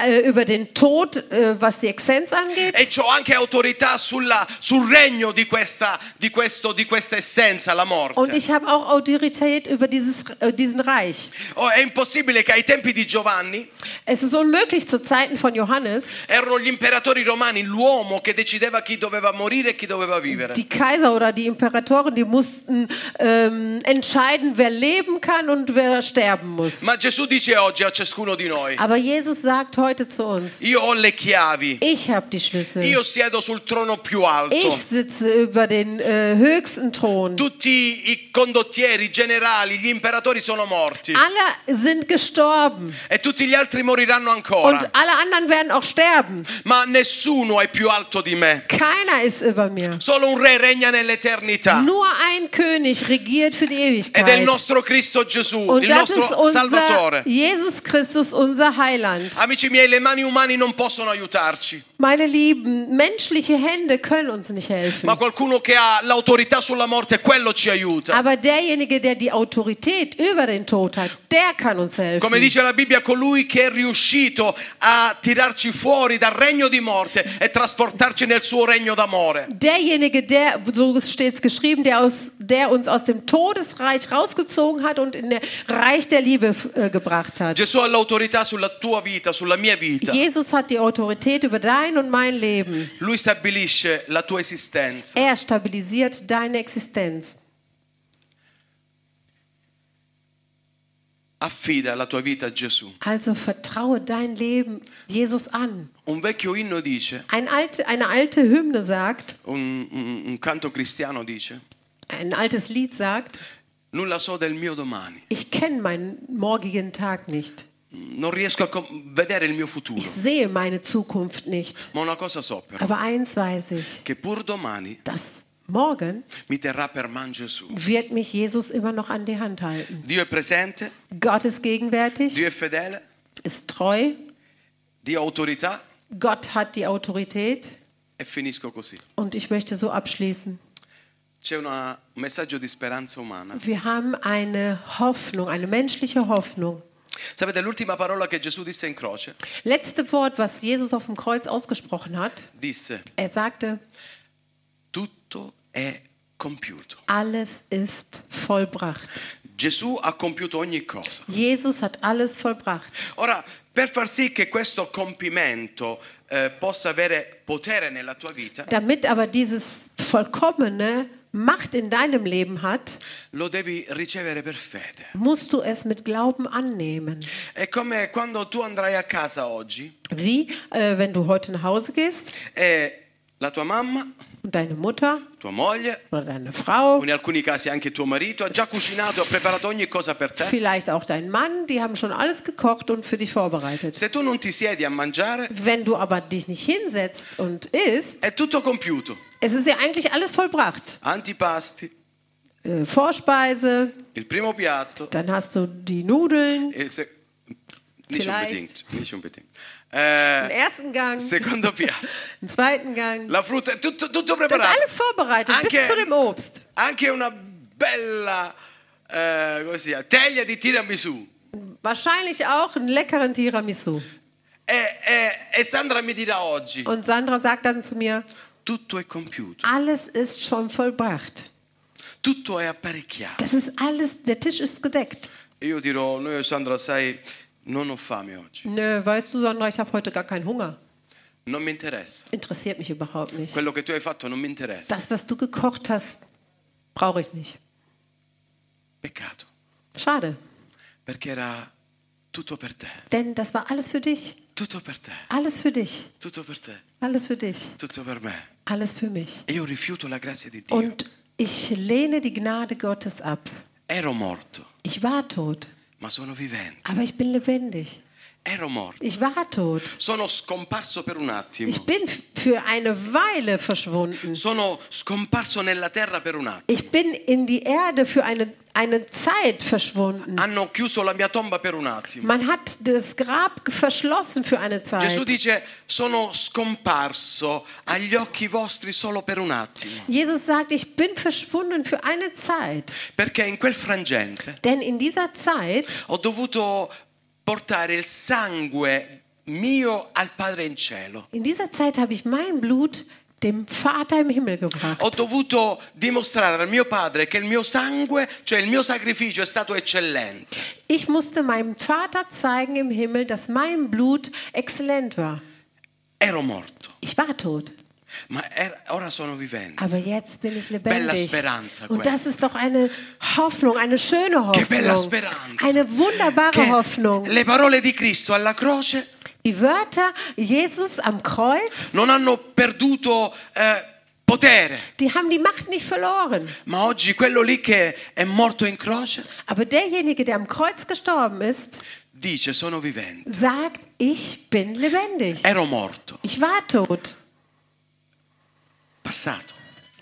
[SPEAKER 2] äh, über den Tod, äh, was die Exzenz angeht.
[SPEAKER 1] e ho anche autorità sulla- sul regno di questa, di questo- di questa essenza, la
[SPEAKER 2] Und
[SPEAKER 1] morte.
[SPEAKER 2] ich habe auch Autorität über dieses, äh, diesen Reich.
[SPEAKER 1] Oh, è impossibile che ai tempi di Giovanni
[SPEAKER 2] Es ist unmöglich zu Zeiten von Johannes,
[SPEAKER 1] erano gli imperatori romani l'uomo che decideva chi doveva morire e chi doveva vivere.
[SPEAKER 2] die Kaiser oder die Imperatoren, die mussten ähm, entscheiden, wer leben kann und wer sterben muss.
[SPEAKER 1] Ma Gesù dice oggi a ciascuno di noi,
[SPEAKER 2] Aber Jesus sagt heute zu uns,
[SPEAKER 1] io ho le chiavi,
[SPEAKER 2] ich habe die Schlüssel.
[SPEAKER 1] io siedo sul trono più
[SPEAKER 2] Ich
[SPEAKER 1] alto.
[SPEAKER 2] sitze über den äh, höchsten Thron.
[SPEAKER 1] Tutti i condottieri, i generali, gli imperatori sono morti
[SPEAKER 2] Ah. Alle sind gestorben
[SPEAKER 1] e tutti gli altri moriranno
[SPEAKER 2] und
[SPEAKER 1] ancora,
[SPEAKER 2] alle anderen werden auch sterben.
[SPEAKER 1] ma nessuno è più alto di me.
[SPEAKER 2] Keiner ist über mir.
[SPEAKER 1] Solo un re regna nell'eternità.
[SPEAKER 2] Nur ein König regiert für die
[SPEAKER 1] Ed è il
[SPEAKER 2] Ewigkeit.
[SPEAKER 1] nostro Cristo Gesù,
[SPEAKER 2] Und
[SPEAKER 1] il
[SPEAKER 2] das ist
[SPEAKER 1] nostro Salvatore.
[SPEAKER 2] unser Jesus Christus, unser Heiland.
[SPEAKER 1] Amici miei, le mani umane non possono aiutarci,
[SPEAKER 2] Meine Lieben, menschliche Hände können uns nicht helfen.
[SPEAKER 1] ma qualcuno che ha l'autorità sulla morte, quello ci aiuta.
[SPEAKER 2] Aber derjenige, der die Autorität über den Tod hat, der kann uns helfen.
[SPEAKER 1] Come dice la Bibbia, colui che è riuscito a tirarci fuori dal regno di morte e trasportarci nel suo regno d'amore.
[SPEAKER 2] Derjenige, der, so steht es geschrieben, der, aus, der uns aus dem Todesreich rausgezogen hat und in das Reich der Liebe äh, gebracht hat.
[SPEAKER 1] Gesù ha l'autorità sulla tua vita, sulla mia vita.
[SPEAKER 2] Jesus hat die Autorität über dein und mein Leben.
[SPEAKER 1] Lui stabilisce la tua esistenza.
[SPEAKER 2] Er stabilisiert deine Existenz.
[SPEAKER 1] Affida la tua vita a Gesù.
[SPEAKER 2] Also vertraue dein Leben Jesus an.
[SPEAKER 1] Un vecchio inno dice,
[SPEAKER 2] Ein alte, eine alte Hymne sagt,
[SPEAKER 1] un- un- un canto cristiano dice,
[SPEAKER 2] ein altes Lied sagt,
[SPEAKER 1] nulla so del mio domani.
[SPEAKER 2] ich kenne meinen morgigen Tag nicht.
[SPEAKER 1] Non riesco a com- vedere il mio futuro.
[SPEAKER 2] Ich sehe meine Zukunft nicht.
[SPEAKER 1] Ma una cosa so però,
[SPEAKER 2] Aber eins weiß ich,
[SPEAKER 1] che pur domani
[SPEAKER 2] das Morgen
[SPEAKER 1] mi terrà per man Gesù.
[SPEAKER 2] wird mich Jesus immer noch an die Hand halten.
[SPEAKER 1] Dio è presente,
[SPEAKER 2] Gott ist gegenwärtig,
[SPEAKER 1] Dio è fedele,
[SPEAKER 2] ist treu,
[SPEAKER 1] Dio ha autorità
[SPEAKER 2] Gott hat die Autorität
[SPEAKER 1] e finisco così.
[SPEAKER 2] und ich möchte so abschließen.
[SPEAKER 1] C'è una- un messaggio di speranza umana.
[SPEAKER 2] Wir haben eine Hoffnung, eine menschliche Hoffnung.
[SPEAKER 1] Sapete, l'ultima parola che Gesù disse in croce,
[SPEAKER 2] Letzte Wort, was Jesus auf dem Kreuz ausgesprochen hat,
[SPEAKER 1] disse,
[SPEAKER 2] er sagte,
[SPEAKER 1] tutto è compiuto.
[SPEAKER 2] alles ist vollbracht.
[SPEAKER 1] Gesù ha compiuto ogni cosa.
[SPEAKER 2] Jesus hat alles vollbracht.
[SPEAKER 1] Ora, per far sì che questo compimento eh, possa avere potere nella tua vita,
[SPEAKER 2] Damit aber dieses vollkommene Macht in deinem Leben hat,
[SPEAKER 1] lo devi ricevere per fede.
[SPEAKER 2] musst du es mit Glauben annehmen.
[SPEAKER 1] È come quando tu andrai a casa oggi
[SPEAKER 2] Wie, äh, wenn du heute nach Hause gehst
[SPEAKER 1] e la tua mamma,
[SPEAKER 2] und deine Mutter
[SPEAKER 1] tua moglie,
[SPEAKER 2] oder deine Frau,
[SPEAKER 1] o in alcuni casi anche tuo marito, ha già cucinato, ha preparato ogni cosa per te.
[SPEAKER 2] vielleicht auch dein Mann, die haben schon alles gekocht und für dich vorbereitet.
[SPEAKER 1] Se tu non ti siedi a mangiare,
[SPEAKER 2] Wenn du aber dich nicht hinsetzt und isst,
[SPEAKER 1] è tutto compiuto.
[SPEAKER 2] es ist ja eigentlich alles vollbracht.
[SPEAKER 1] Antipasti,
[SPEAKER 2] Äh, Vorspeise,
[SPEAKER 1] il primo piatto,
[SPEAKER 2] dann hast du die Nudeln,
[SPEAKER 1] e Eh, se... Nicht
[SPEAKER 2] Vielleicht.
[SPEAKER 1] unbedingt, nicht unbedingt. Eh,
[SPEAKER 2] den ersten Gang,
[SPEAKER 1] secondo piatto.
[SPEAKER 2] den zweiten Gang.
[SPEAKER 1] La frutta, è tutto, tutto
[SPEAKER 2] Das ist
[SPEAKER 1] preparato.
[SPEAKER 2] alles vorbereitet,
[SPEAKER 1] Anche-
[SPEAKER 2] bis zu dem Obst.
[SPEAKER 1] Anche una bella eh, come si chiama, teglia di tiramisù.
[SPEAKER 2] Wahrscheinlich auch einen leckeren Tiramisu.
[SPEAKER 1] E, e- e Sandra mi dirà oggi,
[SPEAKER 2] Und Sandra sagt dann zu mir,
[SPEAKER 1] tutto è compiuto,
[SPEAKER 2] alles ist schon vollbracht.
[SPEAKER 1] tutto è apparecchiato.
[SPEAKER 2] Das ist alles, der Tisch ist gedeckt.
[SPEAKER 1] E io dirò, noi Sandra sai, non ho fame oggi,
[SPEAKER 2] Nö, weißt du, Sandra, ich habe heute gar keinen Hunger.
[SPEAKER 1] non mi interessa.
[SPEAKER 2] Interessiert mich überhaupt nicht.
[SPEAKER 1] Quello che tu hai fatto non mi interessa.
[SPEAKER 2] Das, was du gekocht hast, brauche ich nicht.
[SPEAKER 1] Peccato,
[SPEAKER 2] Schade,
[SPEAKER 1] perché era tutto per te,
[SPEAKER 2] denn das war alles für dich.
[SPEAKER 1] tutto per te,
[SPEAKER 2] Alles für dich.
[SPEAKER 1] tutto per te,
[SPEAKER 2] Alles für dich.
[SPEAKER 1] tutto per me.
[SPEAKER 2] Alles für mich.
[SPEAKER 1] E io rifiuto la grazia di Dio.
[SPEAKER 2] Und Ich lehne die Gnade Gottes ab.
[SPEAKER 1] Ero morto,
[SPEAKER 2] Ich war tot,
[SPEAKER 1] ma sono vivente.
[SPEAKER 2] aber ich bin lebendig.
[SPEAKER 1] Ero morto.
[SPEAKER 2] Ich war tot.
[SPEAKER 1] Sono scomparso per un
[SPEAKER 2] (laughs)
[SPEAKER 1] attimo.
[SPEAKER 2] Ich bin f- für eine Weile verschwunden.
[SPEAKER 1] Sono scomparso nella terra per un attimo.
[SPEAKER 2] Ich bin in die Erde für eine, eine Zeit verschwunden.
[SPEAKER 1] Hanno chiuso la mia tomba per un
[SPEAKER 2] (laughs)
[SPEAKER 1] attimo.
[SPEAKER 2] Man hat das Grab verschlossen für eine
[SPEAKER 1] Gesù
[SPEAKER 2] Zeit.
[SPEAKER 1] dice, sono scomparso agli occhi vostri solo per un attimo.
[SPEAKER 2] Jesus sagt, ich bin verschwunden für eine Zeit.
[SPEAKER 1] Perché in quel frangente
[SPEAKER 2] Denn in dieser Zeit
[SPEAKER 1] ho dovuto portare il sangue mio al Padre in cielo.
[SPEAKER 2] In dieser Zeit habe ich mein Blut dem Vater im Himmel gebracht.
[SPEAKER 1] Ho dovuto dimostrare al mio padre che il mio sangue, cioè il mio sacrificio è stato eccellente.
[SPEAKER 2] Ich musste meinem Vater zeigen im Himmel, dass mein Blut exzellent war.
[SPEAKER 1] Ero morto,
[SPEAKER 2] Ich war tot,
[SPEAKER 1] ma er- ora sono vivente.
[SPEAKER 2] aber jetzt bin ich
[SPEAKER 1] Bella
[SPEAKER 2] lebendig.
[SPEAKER 1] speranza
[SPEAKER 2] Und das
[SPEAKER 1] questa.
[SPEAKER 2] ist doch eine Hoffnung, eine schöne
[SPEAKER 1] Che bella
[SPEAKER 2] Hoffnung.
[SPEAKER 1] speranza.
[SPEAKER 2] Eine wunderbare Ah, Hoffnung.
[SPEAKER 1] Che le parole di Cristo alla croce
[SPEAKER 2] Die Wörter Jesus am Kreuz,
[SPEAKER 1] non hanno perduto eh, potere,
[SPEAKER 2] die haben die Macht nicht verloren.
[SPEAKER 1] ma oggi quello lì che è morto in croce
[SPEAKER 2] Aber derjenige, der am Kreuz gestorben ist,
[SPEAKER 1] dice sono vivente.
[SPEAKER 2] sagt, ich bin lebendig.
[SPEAKER 1] Ero morto,
[SPEAKER 2] Ich war tot.
[SPEAKER 1] passato,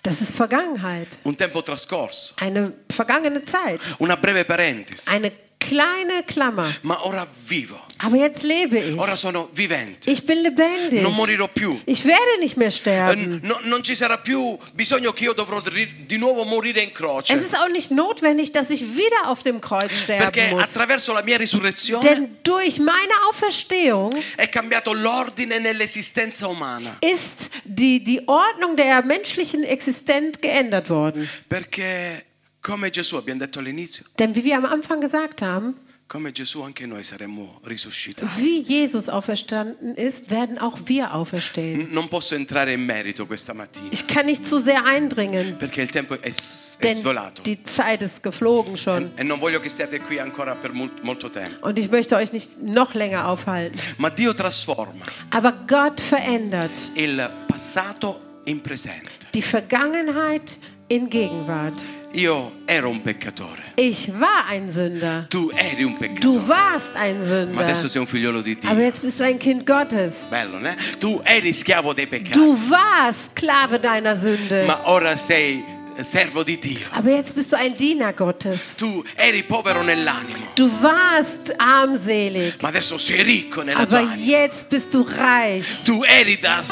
[SPEAKER 2] Das ist Vergangenheit.
[SPEAKER 1] un tempo trascorso,
[SPEAKER 2] Eine vergangene Zeit.
[SPEAKER 1] una breve parentesi,
[SPEAKER 2] Eine kleine Klammer.
[SPEAKER 1] ma ora vivo,
[SPEAKER 2] Aber jetzt lebe ich.
[SPEAKER 1] ora sono vivente.
[SPEAKER 2] Ich bin lebendig.
[SPEAKER 1] Non morirò più.
[SPEAKER 2] Ich werde nicht mehr
[SPEAKER 1] Eh,
[SPEAKER 2] sterben.
[SPEAKER 1] no- non ci sarà più bisogno che io dovrò ri- di nuovo morire in
[SPEAKER 2] Es
[SPEAKER 1] croce,
[SPEAKER 2] ist auch nicht notwendig, dass ich wieder auf dem Kreuz sterben
[SPEAKER 1] perché
[SPEAKER 2] muss.
[SPEAKER 1] attraverso la mia risurrezione
[SPEAKER 2] Denn durch meine Auferstehung
[SPEAKER 1] è cambiato l'ordine nell'esistenza umana,
[SPEAKER 2] ist die, die Ordnung der menschlichen Existenz geändert worden.
[SPEAKER 1] perché come Gesù abbiamo detto all'inizio,
[SPEAKER 2] Denn wie wir am Anfang gesagt haben,
[SPEAKER 1] Come Gesù anche noi saremmo risuscitati.
[SPEAKER 2] wie Jesus auferstanden ist, werden auch wir auferstehen.
[SPEAKER 1] N- Non posso entrare in merito questa mattina
[SPEAKER 2] Ich kann nicht zu sehr eindringen.
[SPEAKER 1] perché il tempo è, s- è
[SPEAKER 2] Denn
[SPEAKER 1] svolato
[SPEAKER 2] die Zeit ist geflogen schon.
[SPEAKER 1] e non voglio che siate qui ancora per mol- molto tempo.
[SPEAKER 2] Und ich möchte euch nicht noch länger aufhalten.
[SPEAKER 1] Ma Dio trasforma
[SPEAKER 2] Aber Gott verändert
[SPEAKER 1] il passato in presente.
[SPEAKER 2] die Vergangenheit in Gegenwart.
[SPEAKER 1] Io ero un peccatore,
[SPEAKER 2] Ich war ein Sünder.
[SPEAKER 1] tu eri un
[SPEAKER 2] Du
[SPEAKER 1] peccatore,
[SPEAKER 2] warst ein
[SPEAKER 1] ma
[SPEAKER 2] Sünder.
[SPEAKER 1] adesso sei un figliolo di
[SPEAKER 2] Aber
[SPEAKER 1] Dio.
[SPEAKER 2] jetzt bist du ein Kind Gottes.
[SPEAKER 1] Bello, né? Tu eri schiavo dei peccati,
[SPEAKER 2] Du warst Sklave deiner Sünde.
[SPEAKER 1] ma ora sei servo di Dio.
[SPEAKER 2] Aber jetzt bist du ein Diener Gottes.
[SPEAKER 1] Tu eri povero nell'animo,
[SPEAKER 2] Du warst armselig.
[SPEAKER 1] ma adesso sei ricco nella tua
[SPEAKER 2] Aber
[SPEAKER 1] anima.
[SPEAKER 2] jetzt bist du reich.
[SPEAKER 1] Tu eri da,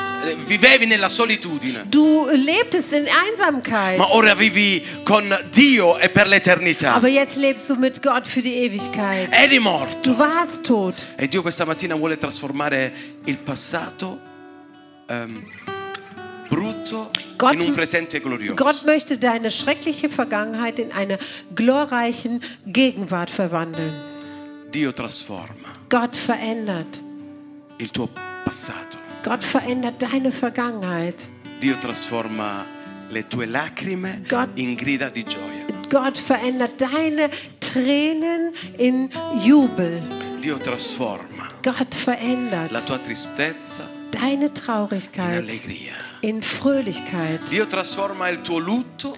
[SPEAKER 1] vivevi nella solitudine,
[SPEAKER 2] Du lebtest in Einsamkeit.
[SPEAKER 1] ma ora vivi con Dio e per l'eternità.
[SPEAKER 2] Aber jetzt lebst du mit Gott für die Ewigkeit.
[SPEAKER 1] Eri morto.
[SPEAKER 2] Du warst tot.
[SPEAKER 1] E Dio questa mattina vuole trasformare il passato ehm, brutto
[SPEAKER 2] Gott-
[SPEAKER 1] in un presente glorioso.
[SPEAKER 2] Gott möchte deine schreckliche Vergangenheit in eine glorreichen Gegenwart verwandeln.
[SPEAKER 1] Dio trasforma
[SPEAKER 2] Gott verändert.
[SPEAKER 1] il tuo passato.
[SPEAKER 2] Gott verändert deine Vergangenheit.
[SPEAKER 1] Dio trasforma le tue lacrime
[SPEAKER 2] Gott-
[SPEAKER 1] in grida di gioia.
[SPEAKER 2] Gott verändert deine Tränen in Jubel.
[SPEAKER 1] Dio trasforma
[SPEAKER 2] Gott
[SPEAKER 1] la
[SPEAKER 2] verändert
[SPEAKER 1] tua tristezza
[SPEAKER 2] deine
[SPEAKER 1] in
[SPEAKER 2] Traurigkeit
[SPEAKER 1] allegria.
[SPEAKER 2] in Fröhlichkeit.
[SPEAKER 1] Dio trasforma il tuo lutto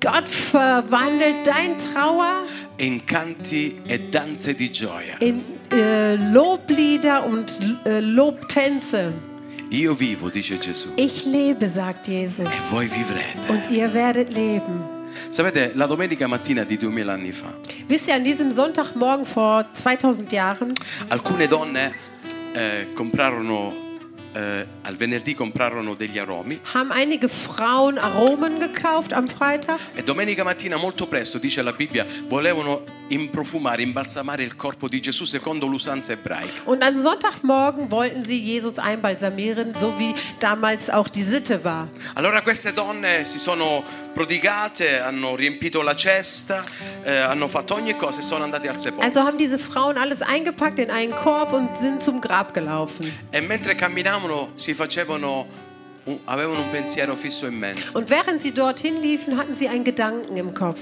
[SPEAKER 2] Gott verwandelt dein Trauer
[SPEAKER 1] in canti e danze di gioia.
[SPEAKER 2] in äh, Loblieder und äh, Lobtänze.
[SPEAKER 1] Io vivo, dice Gesù,
[SPEAKER 2] Ich lebe, sagt Jesus.
[SPEAKER 1] e voi vivrete.
[SPEAKER 2] Und ihr werdet leben.
[SPEAKER 1] Sapete, la domenica mattina di 2000 anni fa,
[SPEAKER 2] Wisst ihr, an diesem Sonntagmorgen vor 2000 Jahren
[SPEAKER 1] alcune donne eh, comprarono, eh, al venerdì comprarono degli aromi
[SPEAKER 2] haben einige Frauen Aromen gekauft am Freitag.
[SPEAKER 1] e domenica mattina molto presto, dice la Bibbia, volevano improfumare, imbalsamare il corpo di Gesù secondo l'usanza ebraica.
[SPEAKER 2] Und an Sonntagmorgen wollten sie Jesus einbalsamieren, so wie damals auch die Sitte war.
[SPEAKER 1] Allora queste donne si sono prodigate, hanno riempito la cesta, eh, hanno fatto ogni cosa e sono andate al sepolcro.
[SPEAKER 2] Also haben diese Frauen alles eingepackt in einen Korb und sind zum Grab gelaufen.
[SPEAKER 1] E mentre camminavano si facevano, un- avevano un pensiero fisso in mente.
[SPEAKER 2] Und während sie dorthin liefen, hatten sie einen Gedanken im Kopf.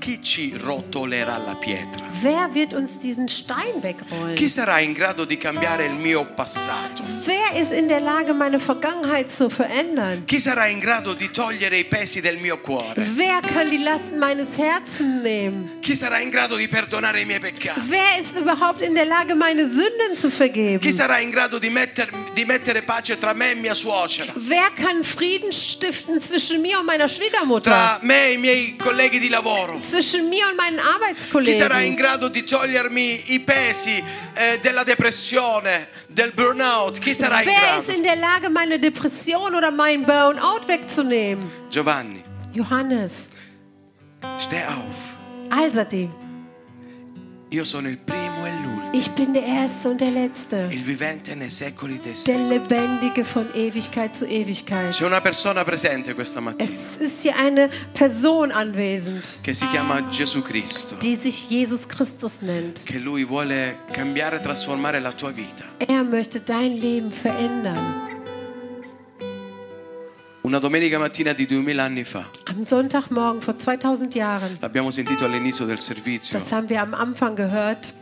[SPEAKER 1] Chi ci rotolerà la pietra?
[SPEAKER 2] Wer wird uns diesen Stein wegrollen?
[SPEAKER 1] Chi sarà in grado di cambiare il mio passato?
[SPEAKER 2] Wer ist in der Lage, meine Vergangenheit zu verändern?
[SPEAKER 1] Chi sarà in grado di togliere i pesi del mio cuore?
[SPEAKER 2] Wer kann die Lasten meines Herzens nehmen?
[SPEAKER 1] Chi sarà in grado di perdonare i miei peccati?
[SPEAKER 2] Wer ist überhaupt in der Lage, meine Sünden zu
[SPEAKER 1] Chi
[SPEAKER 2] vergeben?
[SPEAKER 1] sarà in grado di, metter- di mettere pace tra me e mia suocera?
[SPEAKER 2] Wer kann Frieden stiften zwischen mir und meiner Schwiegermutter?
[SPEAKER 1] Tra me e i miei colleghi di lavoro?
[SPEAKER 2] Zwischen mir und meinen
[SPEAKER 1] Chi sarà in
[SPEAKER 2] Arbeitskollegen?
[SPEAKER 1] grado di togliermi i pesi eh, della depressione, del burnout? Chi sarà in
[SPEAKER 2] Wer ist
[SPEAKER 1] grado?
[SPEAKER 2] in der Lage, meine Depression oder meinen Burnout wegzunehmen?
[SPEAKER 1] Giovanni,
[SPEAKER 2] Johannes,
[SPEAKER 1] steh auf.
[SPEAKER 2] Alsati,
[SPEAKER 1] Io sono il primo e l'ultimo,
[SPEAKER 2] ich bin der Erste und der Letzte,
[SPEAKER 1] il vivente nei secoli dei secoli.
[SPEAKER 2] der Lebendige von Ewigkeit zu Ewigkeit.
[SPEAKER 1] C'è una persona presente questa mattina
[SPEAKER 2] Es ist hier eine Person anwesend,
[SPEAKER 1] che si chiama Gesù Cristo,
[SPEAKER 2] die sich Jesus Christus nennt.
[SPEAKER 1] che lui vuole cambiare e trasformare la tua vita.
[SPEAKER 2] Er möchte dein Leben verändern.
[SPEAKER 1] Una domenica mattina di 2000 anni fa,
[SPEAKER 2] Am Sonntagmorgen vor 2000 Jahren,
[SPEAKER 1] l'abbiamo sentito all'inizio del servizio,
[SPEAKER 2] das haben wir am Anfang gehört,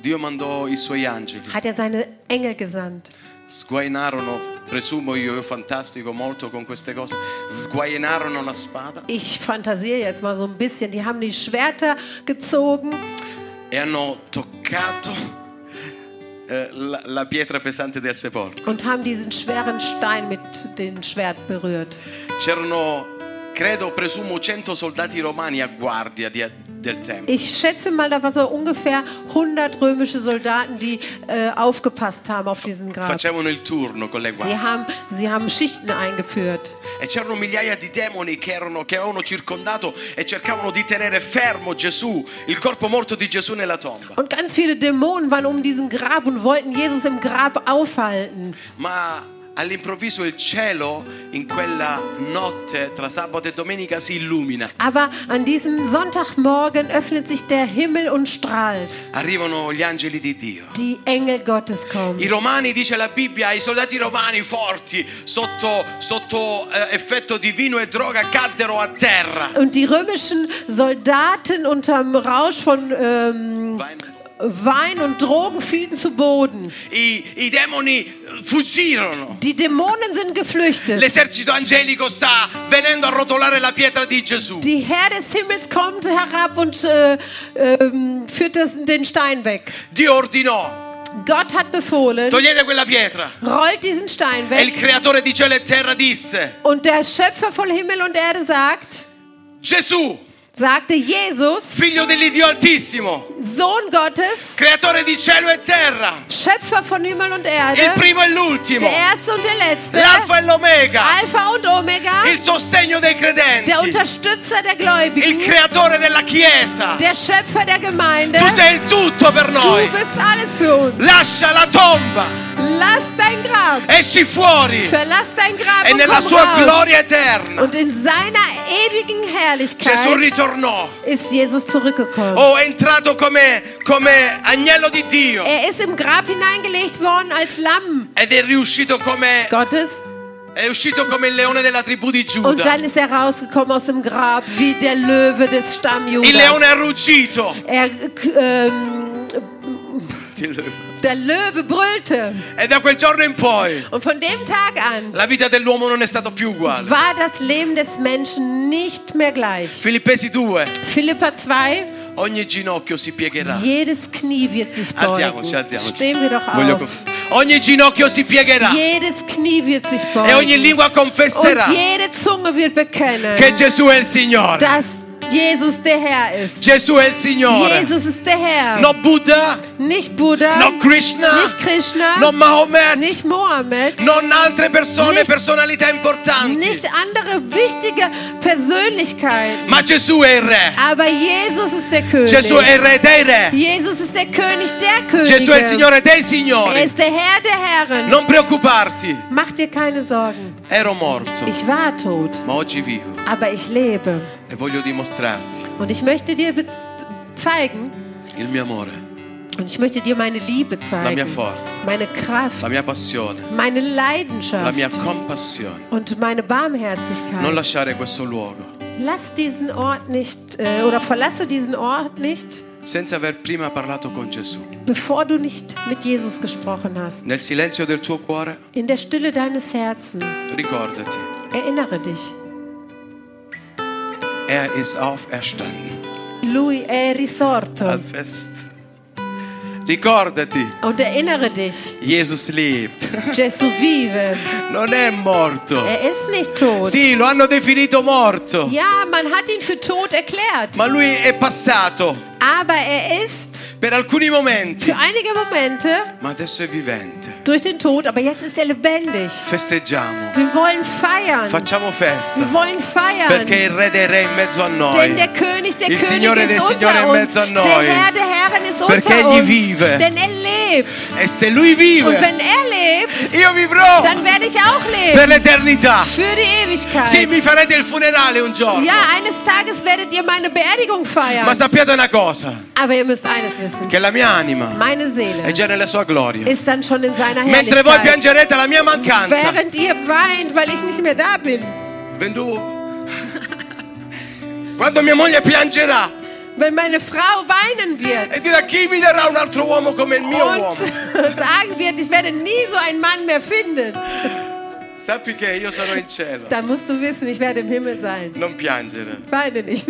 [SPEAKER 1] Dio mandò i suoi angeli,
[SPEAKER 2] hat er seine Engel gesandt.
[SPEAKER 1] sguainarono, presumo io, io fantastico molto con queste cose, sguainarono la spada
[SPEAKER 2] Ich fantasiere jetzt mal so ein bisschen. Die haben die Schwerter gezogen
[SPEAKER 1] e hanno toccato eh, la, la pietra pesante del sepolcro.
[SPEAKER 2] und haben diesen schweren Stein mit dem Schwert berührt.
[SPEAKER 1] C'erano, credo, presumo 100 soldati romani a guardia di- del tempio.
[SPEAKER 2] Ich schätze mal, da waren so ungefähr 100 römische Soldaten, die äh, aufgepasst haben auf diesen Grab.
[SPEAKER 1] Facevano il turno con le guardie.
[SPEAKER 2] Sie haben, sie haben Schichten eingeführt.
[SPEAKER 1] E c'erano migliaia di demoni che, erano, che avevano circondato e cercavano di tenere fermo Gesù, il corpo morto di Gesù nella tomba.
[SPEAKER 2] Und ganz viele Dämonen waren um diesen Grab und wollten Jesus im Grab aufhalten.
[SPEAKER 1] Ma all'improvviso il cielo in quella notte tra sabato e domenica si illumina.
[SPEAKER 2] Aber an diesem Sonntagmorgen öffnet sich der Himmel und strahlt.
[SPEAKER 1] Arrivano gli angeli di Dio.
[SPEAKER 2] Die Engel Gottes kommen.
[SPEAKER 1] I romani, dice la Bibbia, i soldati romani forti sotto, sotto eh, effetto di vino e droga caddero a terra.
[SPEAKER 2] Und die römischen Soldaten unterm Rausch von ähm, Wein und Drogen fielen zu Boden.
[SPEAKER 1] I, i demoni eh, fuggirono.
[SPEAKER 2] Die Dämonen sind geflüchtet.
[SPEAKER 1] L'esercito angelico sta venendo a rotolare la pietra di Gesù.
[SPEAKER 2] Die Herr des Himmels kommt herab und äh, ähm, führt das, den Stein weg.
[SPEAKER 1] Dio ordinò,
[SPEAKER 2] Gott hat befohlen,
[SPEAKER 1] togliete quella pietra.
[SPEAKER 2] rollt diesen Stein
[SPEAKER 1] E il
[SPEAKER 2] weg.
[SPEAKER 1] creatore di cielo e terra disse,
[SPEAKER 2] Und der Schöpfer von Himmel und Erde sagt,
[SPEAKER 1] Gesù,
[SPEAKER 2] sagte Jesus,
[SPEAKER 1] figlio dell'Iddio altissimo,
[SPEAKER 2] Sohn Gottes,
[SPEAKER 1] creatore di cielo e terra,
[SPEAKER 2] Schöpfer von Himmel und
[SPEAKER 1] il
[SPEAKER 2] Erde,
[SPEAKER 1] primo e
[SPEAKER 2] der
[SPEAKER 1] l'ultimo,
[SPEAKER 2] Erste und der Letzte,
[SPEAKER 1] l'alfa e l'omega,
[SPEAKER 2] Alpha und Omega,
[SPEAKER 1] il sostegno dei
[SPEAKER 2] der
[SPEAKER 1] credenti,
[SPEAKER 2] Unterstützer der
[SPEAKER 1] il
[SPEAKER 2] Gläubigen,
[SPEAKER 1] creatore della Chiesa.
[SPEAKER 2] der Schöpfer der Gemeinde.
[SPEAKER 1] Tu sei il tutto per
[SPEAKER 2] Du
[SPEAKER 1] noi.
[SPEAKER 2] bist alles für uns.
[SPEAKER 1] Lascia la tomba,
[SPEAKER 2] Lass dein Grab,
[SPEAKER 1] esci fuori
[SPEAKER 2] verlass dein Grab
[SPEAKER 1] e
[SPEAKER 2] und komm
[SPEAKER 1] nella sua
[SPEAKER 2] raus.
[SPEAKER 1] gloria eterna.
[SPEAKER 2] Und in seiner ewigen
[SPEAKER 1] Gesù
[SPEAKER 2] Herrlichkeit
[SPEAKER 1] ritornò.
[SPEAKER 2] ist Jesus zurückgekommen.
[SPEAKER 1] Oh, è entrato come, come agnello di Dio
[SPEAKER 2] Er ist im Grab hineingelegt worden als Lamm
[SPEAKER 1] ed è riuscito come
[SPEAKER 2] Gottes.
[SPEAKER 1] è uscito come il leone della tribù di
[SPEAKER 2] Und
[SPEAKER 1] Giuda.
[SPEAKER 2] dann ist er rausgekommen aus dem Grab wie der Löwe des Stamm
[SPEAKER 1] Il leone
[SPEAKER 2] Judas.
[SPEAKER 1] ha ruggito.
[SPEAKER 2] Er, k- ähm, der Löwe brüllte.
[SPEAKER 1] E da quel giorno in poi
[SPEAKER 2] Und von dem Tag an
[SPEAKER 1] la vita dell'uomo non è stata più uguale.
[SPEAKER 2] war das Leben des Menschen nicht mehr gleich.
[SPEAKER 1] Filippesi 2,
[SPEAKER 2] Philippa 2,
[SPEAKER 1] ogni ginocchio si piegherà.
[SPEAKER 2] jedes Knie wird sich beugen.
[SPEAKER 1] Alziamoci, alziamoci.
[SPEAKER 2] Stehen wir doch
[SPEAKER 1] Voglio
[SPEAKER 2] auf.
[SPEAKER 1] conf- ogni ginocchio si piegherà
[SPEAKER 2] Jedes Knie wird sich
[SPEAKER 1] e ogni
[SPEAKER 2] beugen.
[SPEAKER 1] lingua confesserà
[SPEAKER 2] Und jede Zunge wird bekennen,
[SPEAKER 1] che Gesù è il Signore.
[SPEAKER 2] dass Jesus der Herr ist.
[SPEAKER 1] Gesù è il Signore.
[SPEAKER 2] Jesus ist der Herr.
[SPEAKER 1] No Buddha,
[SPEAKER 2] Nicht Buddha,
[SPEAKER 1] no Krishna,
[SPEAKER 2] nicht Krishna,
[SPEAKER 1] no Mahomet,
[SPEAKER 2] nicht Mohammed,
[SPEAKER 1] non altre persone,
[SPEAKER 2] Nicht-
[SPEAKER 1] personalità importanti.
[SPEAKER 2] nicht andere wichtige Persönlichkeiten.
[SPEAKER 1] Ma Gesù è il re.
[SPEAKER 2] Aber Jesus ist der König.
[SPEAKER 1] Gesù è il re dei re.
[SPEAKER 2] Jesus ist der König der Könige.
[SPEAKER 1] Gesù è il Signore dei
[SPEAKER 2] Er
[SPEAKER 1] signori.
[SPEAKER 2] ist der Herr der Herren.
[SPEAKER 1] Non preoccuparti.
[SPEAKER 2] Mach dir keine Sorgen.
[SPEAKER 1] Ero morto,
[SPEAKER 2] Ich war tot,
[SPEAKER 1] ma oggi vivo
[SPEAKER 2] aber ich lebe.
[SPEAKER 1] e voglio dimostrarti
[SPEAKER 2] Und ich möchte dir be- zeigen
[SPEAKER 1] il mio amore,
[SPEAKER 2] und ich möchte dir meine Liebe
[SPEAKER 1] la mia
[SPEAKER 2] zeigen,
[SPEAKER 1] forza,
[SPEAKER 2] meine Kraft,
[SPEAKER 1] la mia passione,
[SPEAKER 2] meine
[SPEAKER 1] la
[SPEAKER 2] Leidenschaft
[SPEAKER 1] mia compassione.
[SPEAKER 2] und meine Barmherzigkeit.
[SPEAKER 1] Non lasciare questo luogo.
[SPEAKER 2] Lass diesen Ort nicht äh, oder verlasse diesen Ort nicht,
[SPEAKER 1] senza aver prima parlato con Gesù.
[SPEAKER 2] bevor du nicht mit Jesus gesprochen hast.
[SPEAKER 1] Nel silenzio del tuo cuore,
[SPEAKER 2] In der Stille deines Herzens
[SPEAKER 1] ricordati,
[SPEAKER 2] erinnere dich.
[SPEAKER 1] er ist auferstanden
[SPEAKER 2] Lui è risorto.
[SPEAKER 1] al Fest. Ricordati,
[SPEAKER 2] Und erinnere dich,
[SPEAKER 1] Jesus lebt,
[SPEAKER 2] Gesù vive.
[SPEAKER 1] non è morto.
[SPEAKER 2] Er ist nicht tot.
[SPEAKER 1] Sì, lo hanno definito morto,
[SPEAKER 2] Ja, man hat ihn für tot erklärt.
[SPEAKER 1] ma lui è passato
[SPEAKER 2] Aber er ist
[SPEAKER 1] per alcuni momenti,
[SPEAKER 2] für einige Momente
[SPEAKER 1] ma adesso è vivente.
[SPEAKER 2] durch den Tod, aber jetzt ist er lebendig.
[SPEAKER 1] Festeggiamo,
[SPEAKER 2] Wir wollen feiern.
[SPEAKER 1] facciamo festa,
[SPEAKER 2] Wir wollen feiern.
[SPEAKER 1] perché il Re dei Re è in mezzo a
[SPEAKER 2] Denn der
[SPEAKER 1] noi.
[SPEAKER 2] König, der
[SPEAKER 1] Il
[SPEAKER 2] König
[SPEAKER 1] Signore dei
[SPEAKER 2] ist
[SPEAKER 1] Signori è
[SPEAKER 2] unter
[SPEAKER 1] in
[SPEAKER 2] uns.
[SPEAKER 1] mezzo a
[SPEAKER 2] Der
[SPEAKER 1] noi.
[SPEAKER 2] Herr der Herren ist
[SPEAKER 1] Perché
[SPEAKER 2] unter
[SPEAKER 1] egli
[SPEAKER 2] uns.
[SPEAKER 1] vive.
[SPEAKER 2] Denn er lebt.
[SPEAKER 1] E se lui
[SPEAKER 2] Und
[SPEAKER 1] vive,
[SPEAKER 2] wenn er lebt,
[SPEAKER 1] io vivrò
[SPEAKER 2] dann werde ich auch leben.
[SPEAKER 1] per l'eternità.
[SPEAKER 2] Für die Ewigkeit.
[SPEAKER 1] Sì, mi farete il funerale un giorno.
[SPEAKER 2] Ja, eines Tages werdet ihr meine Beerdigung
[SPEAKER 1] Ma
[SPEAKER 2] feiern.
[SPEAKER 1] sappiate una cosa,
[SPEAKER 2] Aber ihr müsst eines wissen.
[SPEAKER 1] che la mia anima
[SPEAKER 2] Meine
[SPEAKER 1] è
[SPEAKER 2] Seele
[SPEAKER 1] già nella sua gloria.
[SPEAKER 2] ist dann schon in seiner
[SPEAKER 1] Mentre voi
[SPEAKER 2] Herrlichkeit.
[SPEAKER 1] piangerete la mia mancanza,
[SPEAKER 2] Während ihr weint, weil ich nicht mehr da bin.
[SPEAKER 1] When do- (laughs) quando mia moglie piangerà
[SPEAKER 2] Wenn meine Frau weinen wird.
[SPEAKER 1] e dirà chi mi darà un altro uomo come il mio
[SPEAKER 2] Und
[SPEAKER 1] uomo,
[SPEAKER 2] (laughs) sagen wird, ich werde nie so einen Mann mehr finden.
[SPEAKER 1] sappi che io sarò in cielo.
[SPEAKER 2] Dann musst du wissen, ich werde im Himmel sein.
[SPEAKER 1] Non piangere. (laughs)
[SPEAKER 2] Weine nicht.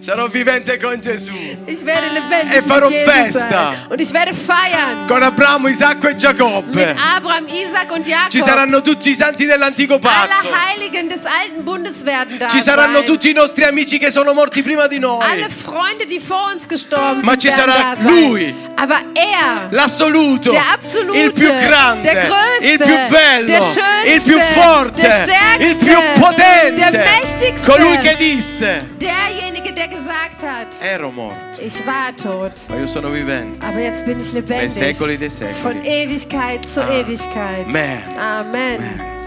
[SPEAKER 1] sarò vivente con Gesù.
[SPEAKER 2] Ich werde lebendig
[SPEAKER 1] E farò
[SPEAKER 2] mit Jesus
[SPEAKER 1] festa.
[SPEAKER 2] sein. Und ich werde feiern.
[SPEAKER 1] Con Abramo, Isacco e
[SPEAKER 2] Mit
[SPEAKER 1] Giacobbe.
[SPEAKER 2] Abraham, Isaac und
[SPEAKER 1] Ci
[SPEAKER 2] Jakob.
[SPEAKER 1] saranno tutti i santi dell'antico patto.
[SPEAKER 2] Alle Heiligen des alten Bundes werden da
[SPEAKER 1] Ci saranno
[SPEAKER 2] sein.
[SPEAKER 1] tutti i nostri amici che sono morti prima di noi.
[SPEAKER 2] Alle Freunde, die vor uns gestorben
[SPEAKER 1] Ma
[SPEAKER 2] sind,
[SPEAKER 1] ci
[SPEAKER 2] werden
[SPEAKER 1] sarà
[SPEAKER 2] da sein.
[SPEAKER 1] lui.
[SPEAKER 2] Aber er,
[SPEAKER 1] L'assoluto,
[SPEAKER 2] der absolute,
[SPEAKER 1] il più grande,
[SPEAKER 2] der größte,
[SPEAKER 1] il più
[SPEAKER 2] der
[SPEAKER 1] bello,
[SPEAKER 2] schönste,
[SPEAKER 1] il più
[SPEAKER 2] der
[SPEAKER 1] forte,
[SPEAKER 2] stärkste,
[SPEAKER 1] il più potente,
[SPEAKER 2] der mächtigste,
[SPEAKER 1] colui che disse,
[SPEAKER 2] derjenige, der gesagt hat,
[SPEAKER 1] ero morto,
[SPEAKER 2] ich war tot,
[SPEAKER 1] ma io sono vivente.
[SPEAKER 2] aber jetzt bin ich lebendig.
[SPEAKER 1] Dei secoli dei secoli.
[SPEAKER 2] Von Ewigkeit zu Ewigkeit.
[SPEAKER 1] Amen.
[SPEAKER 2] Amen.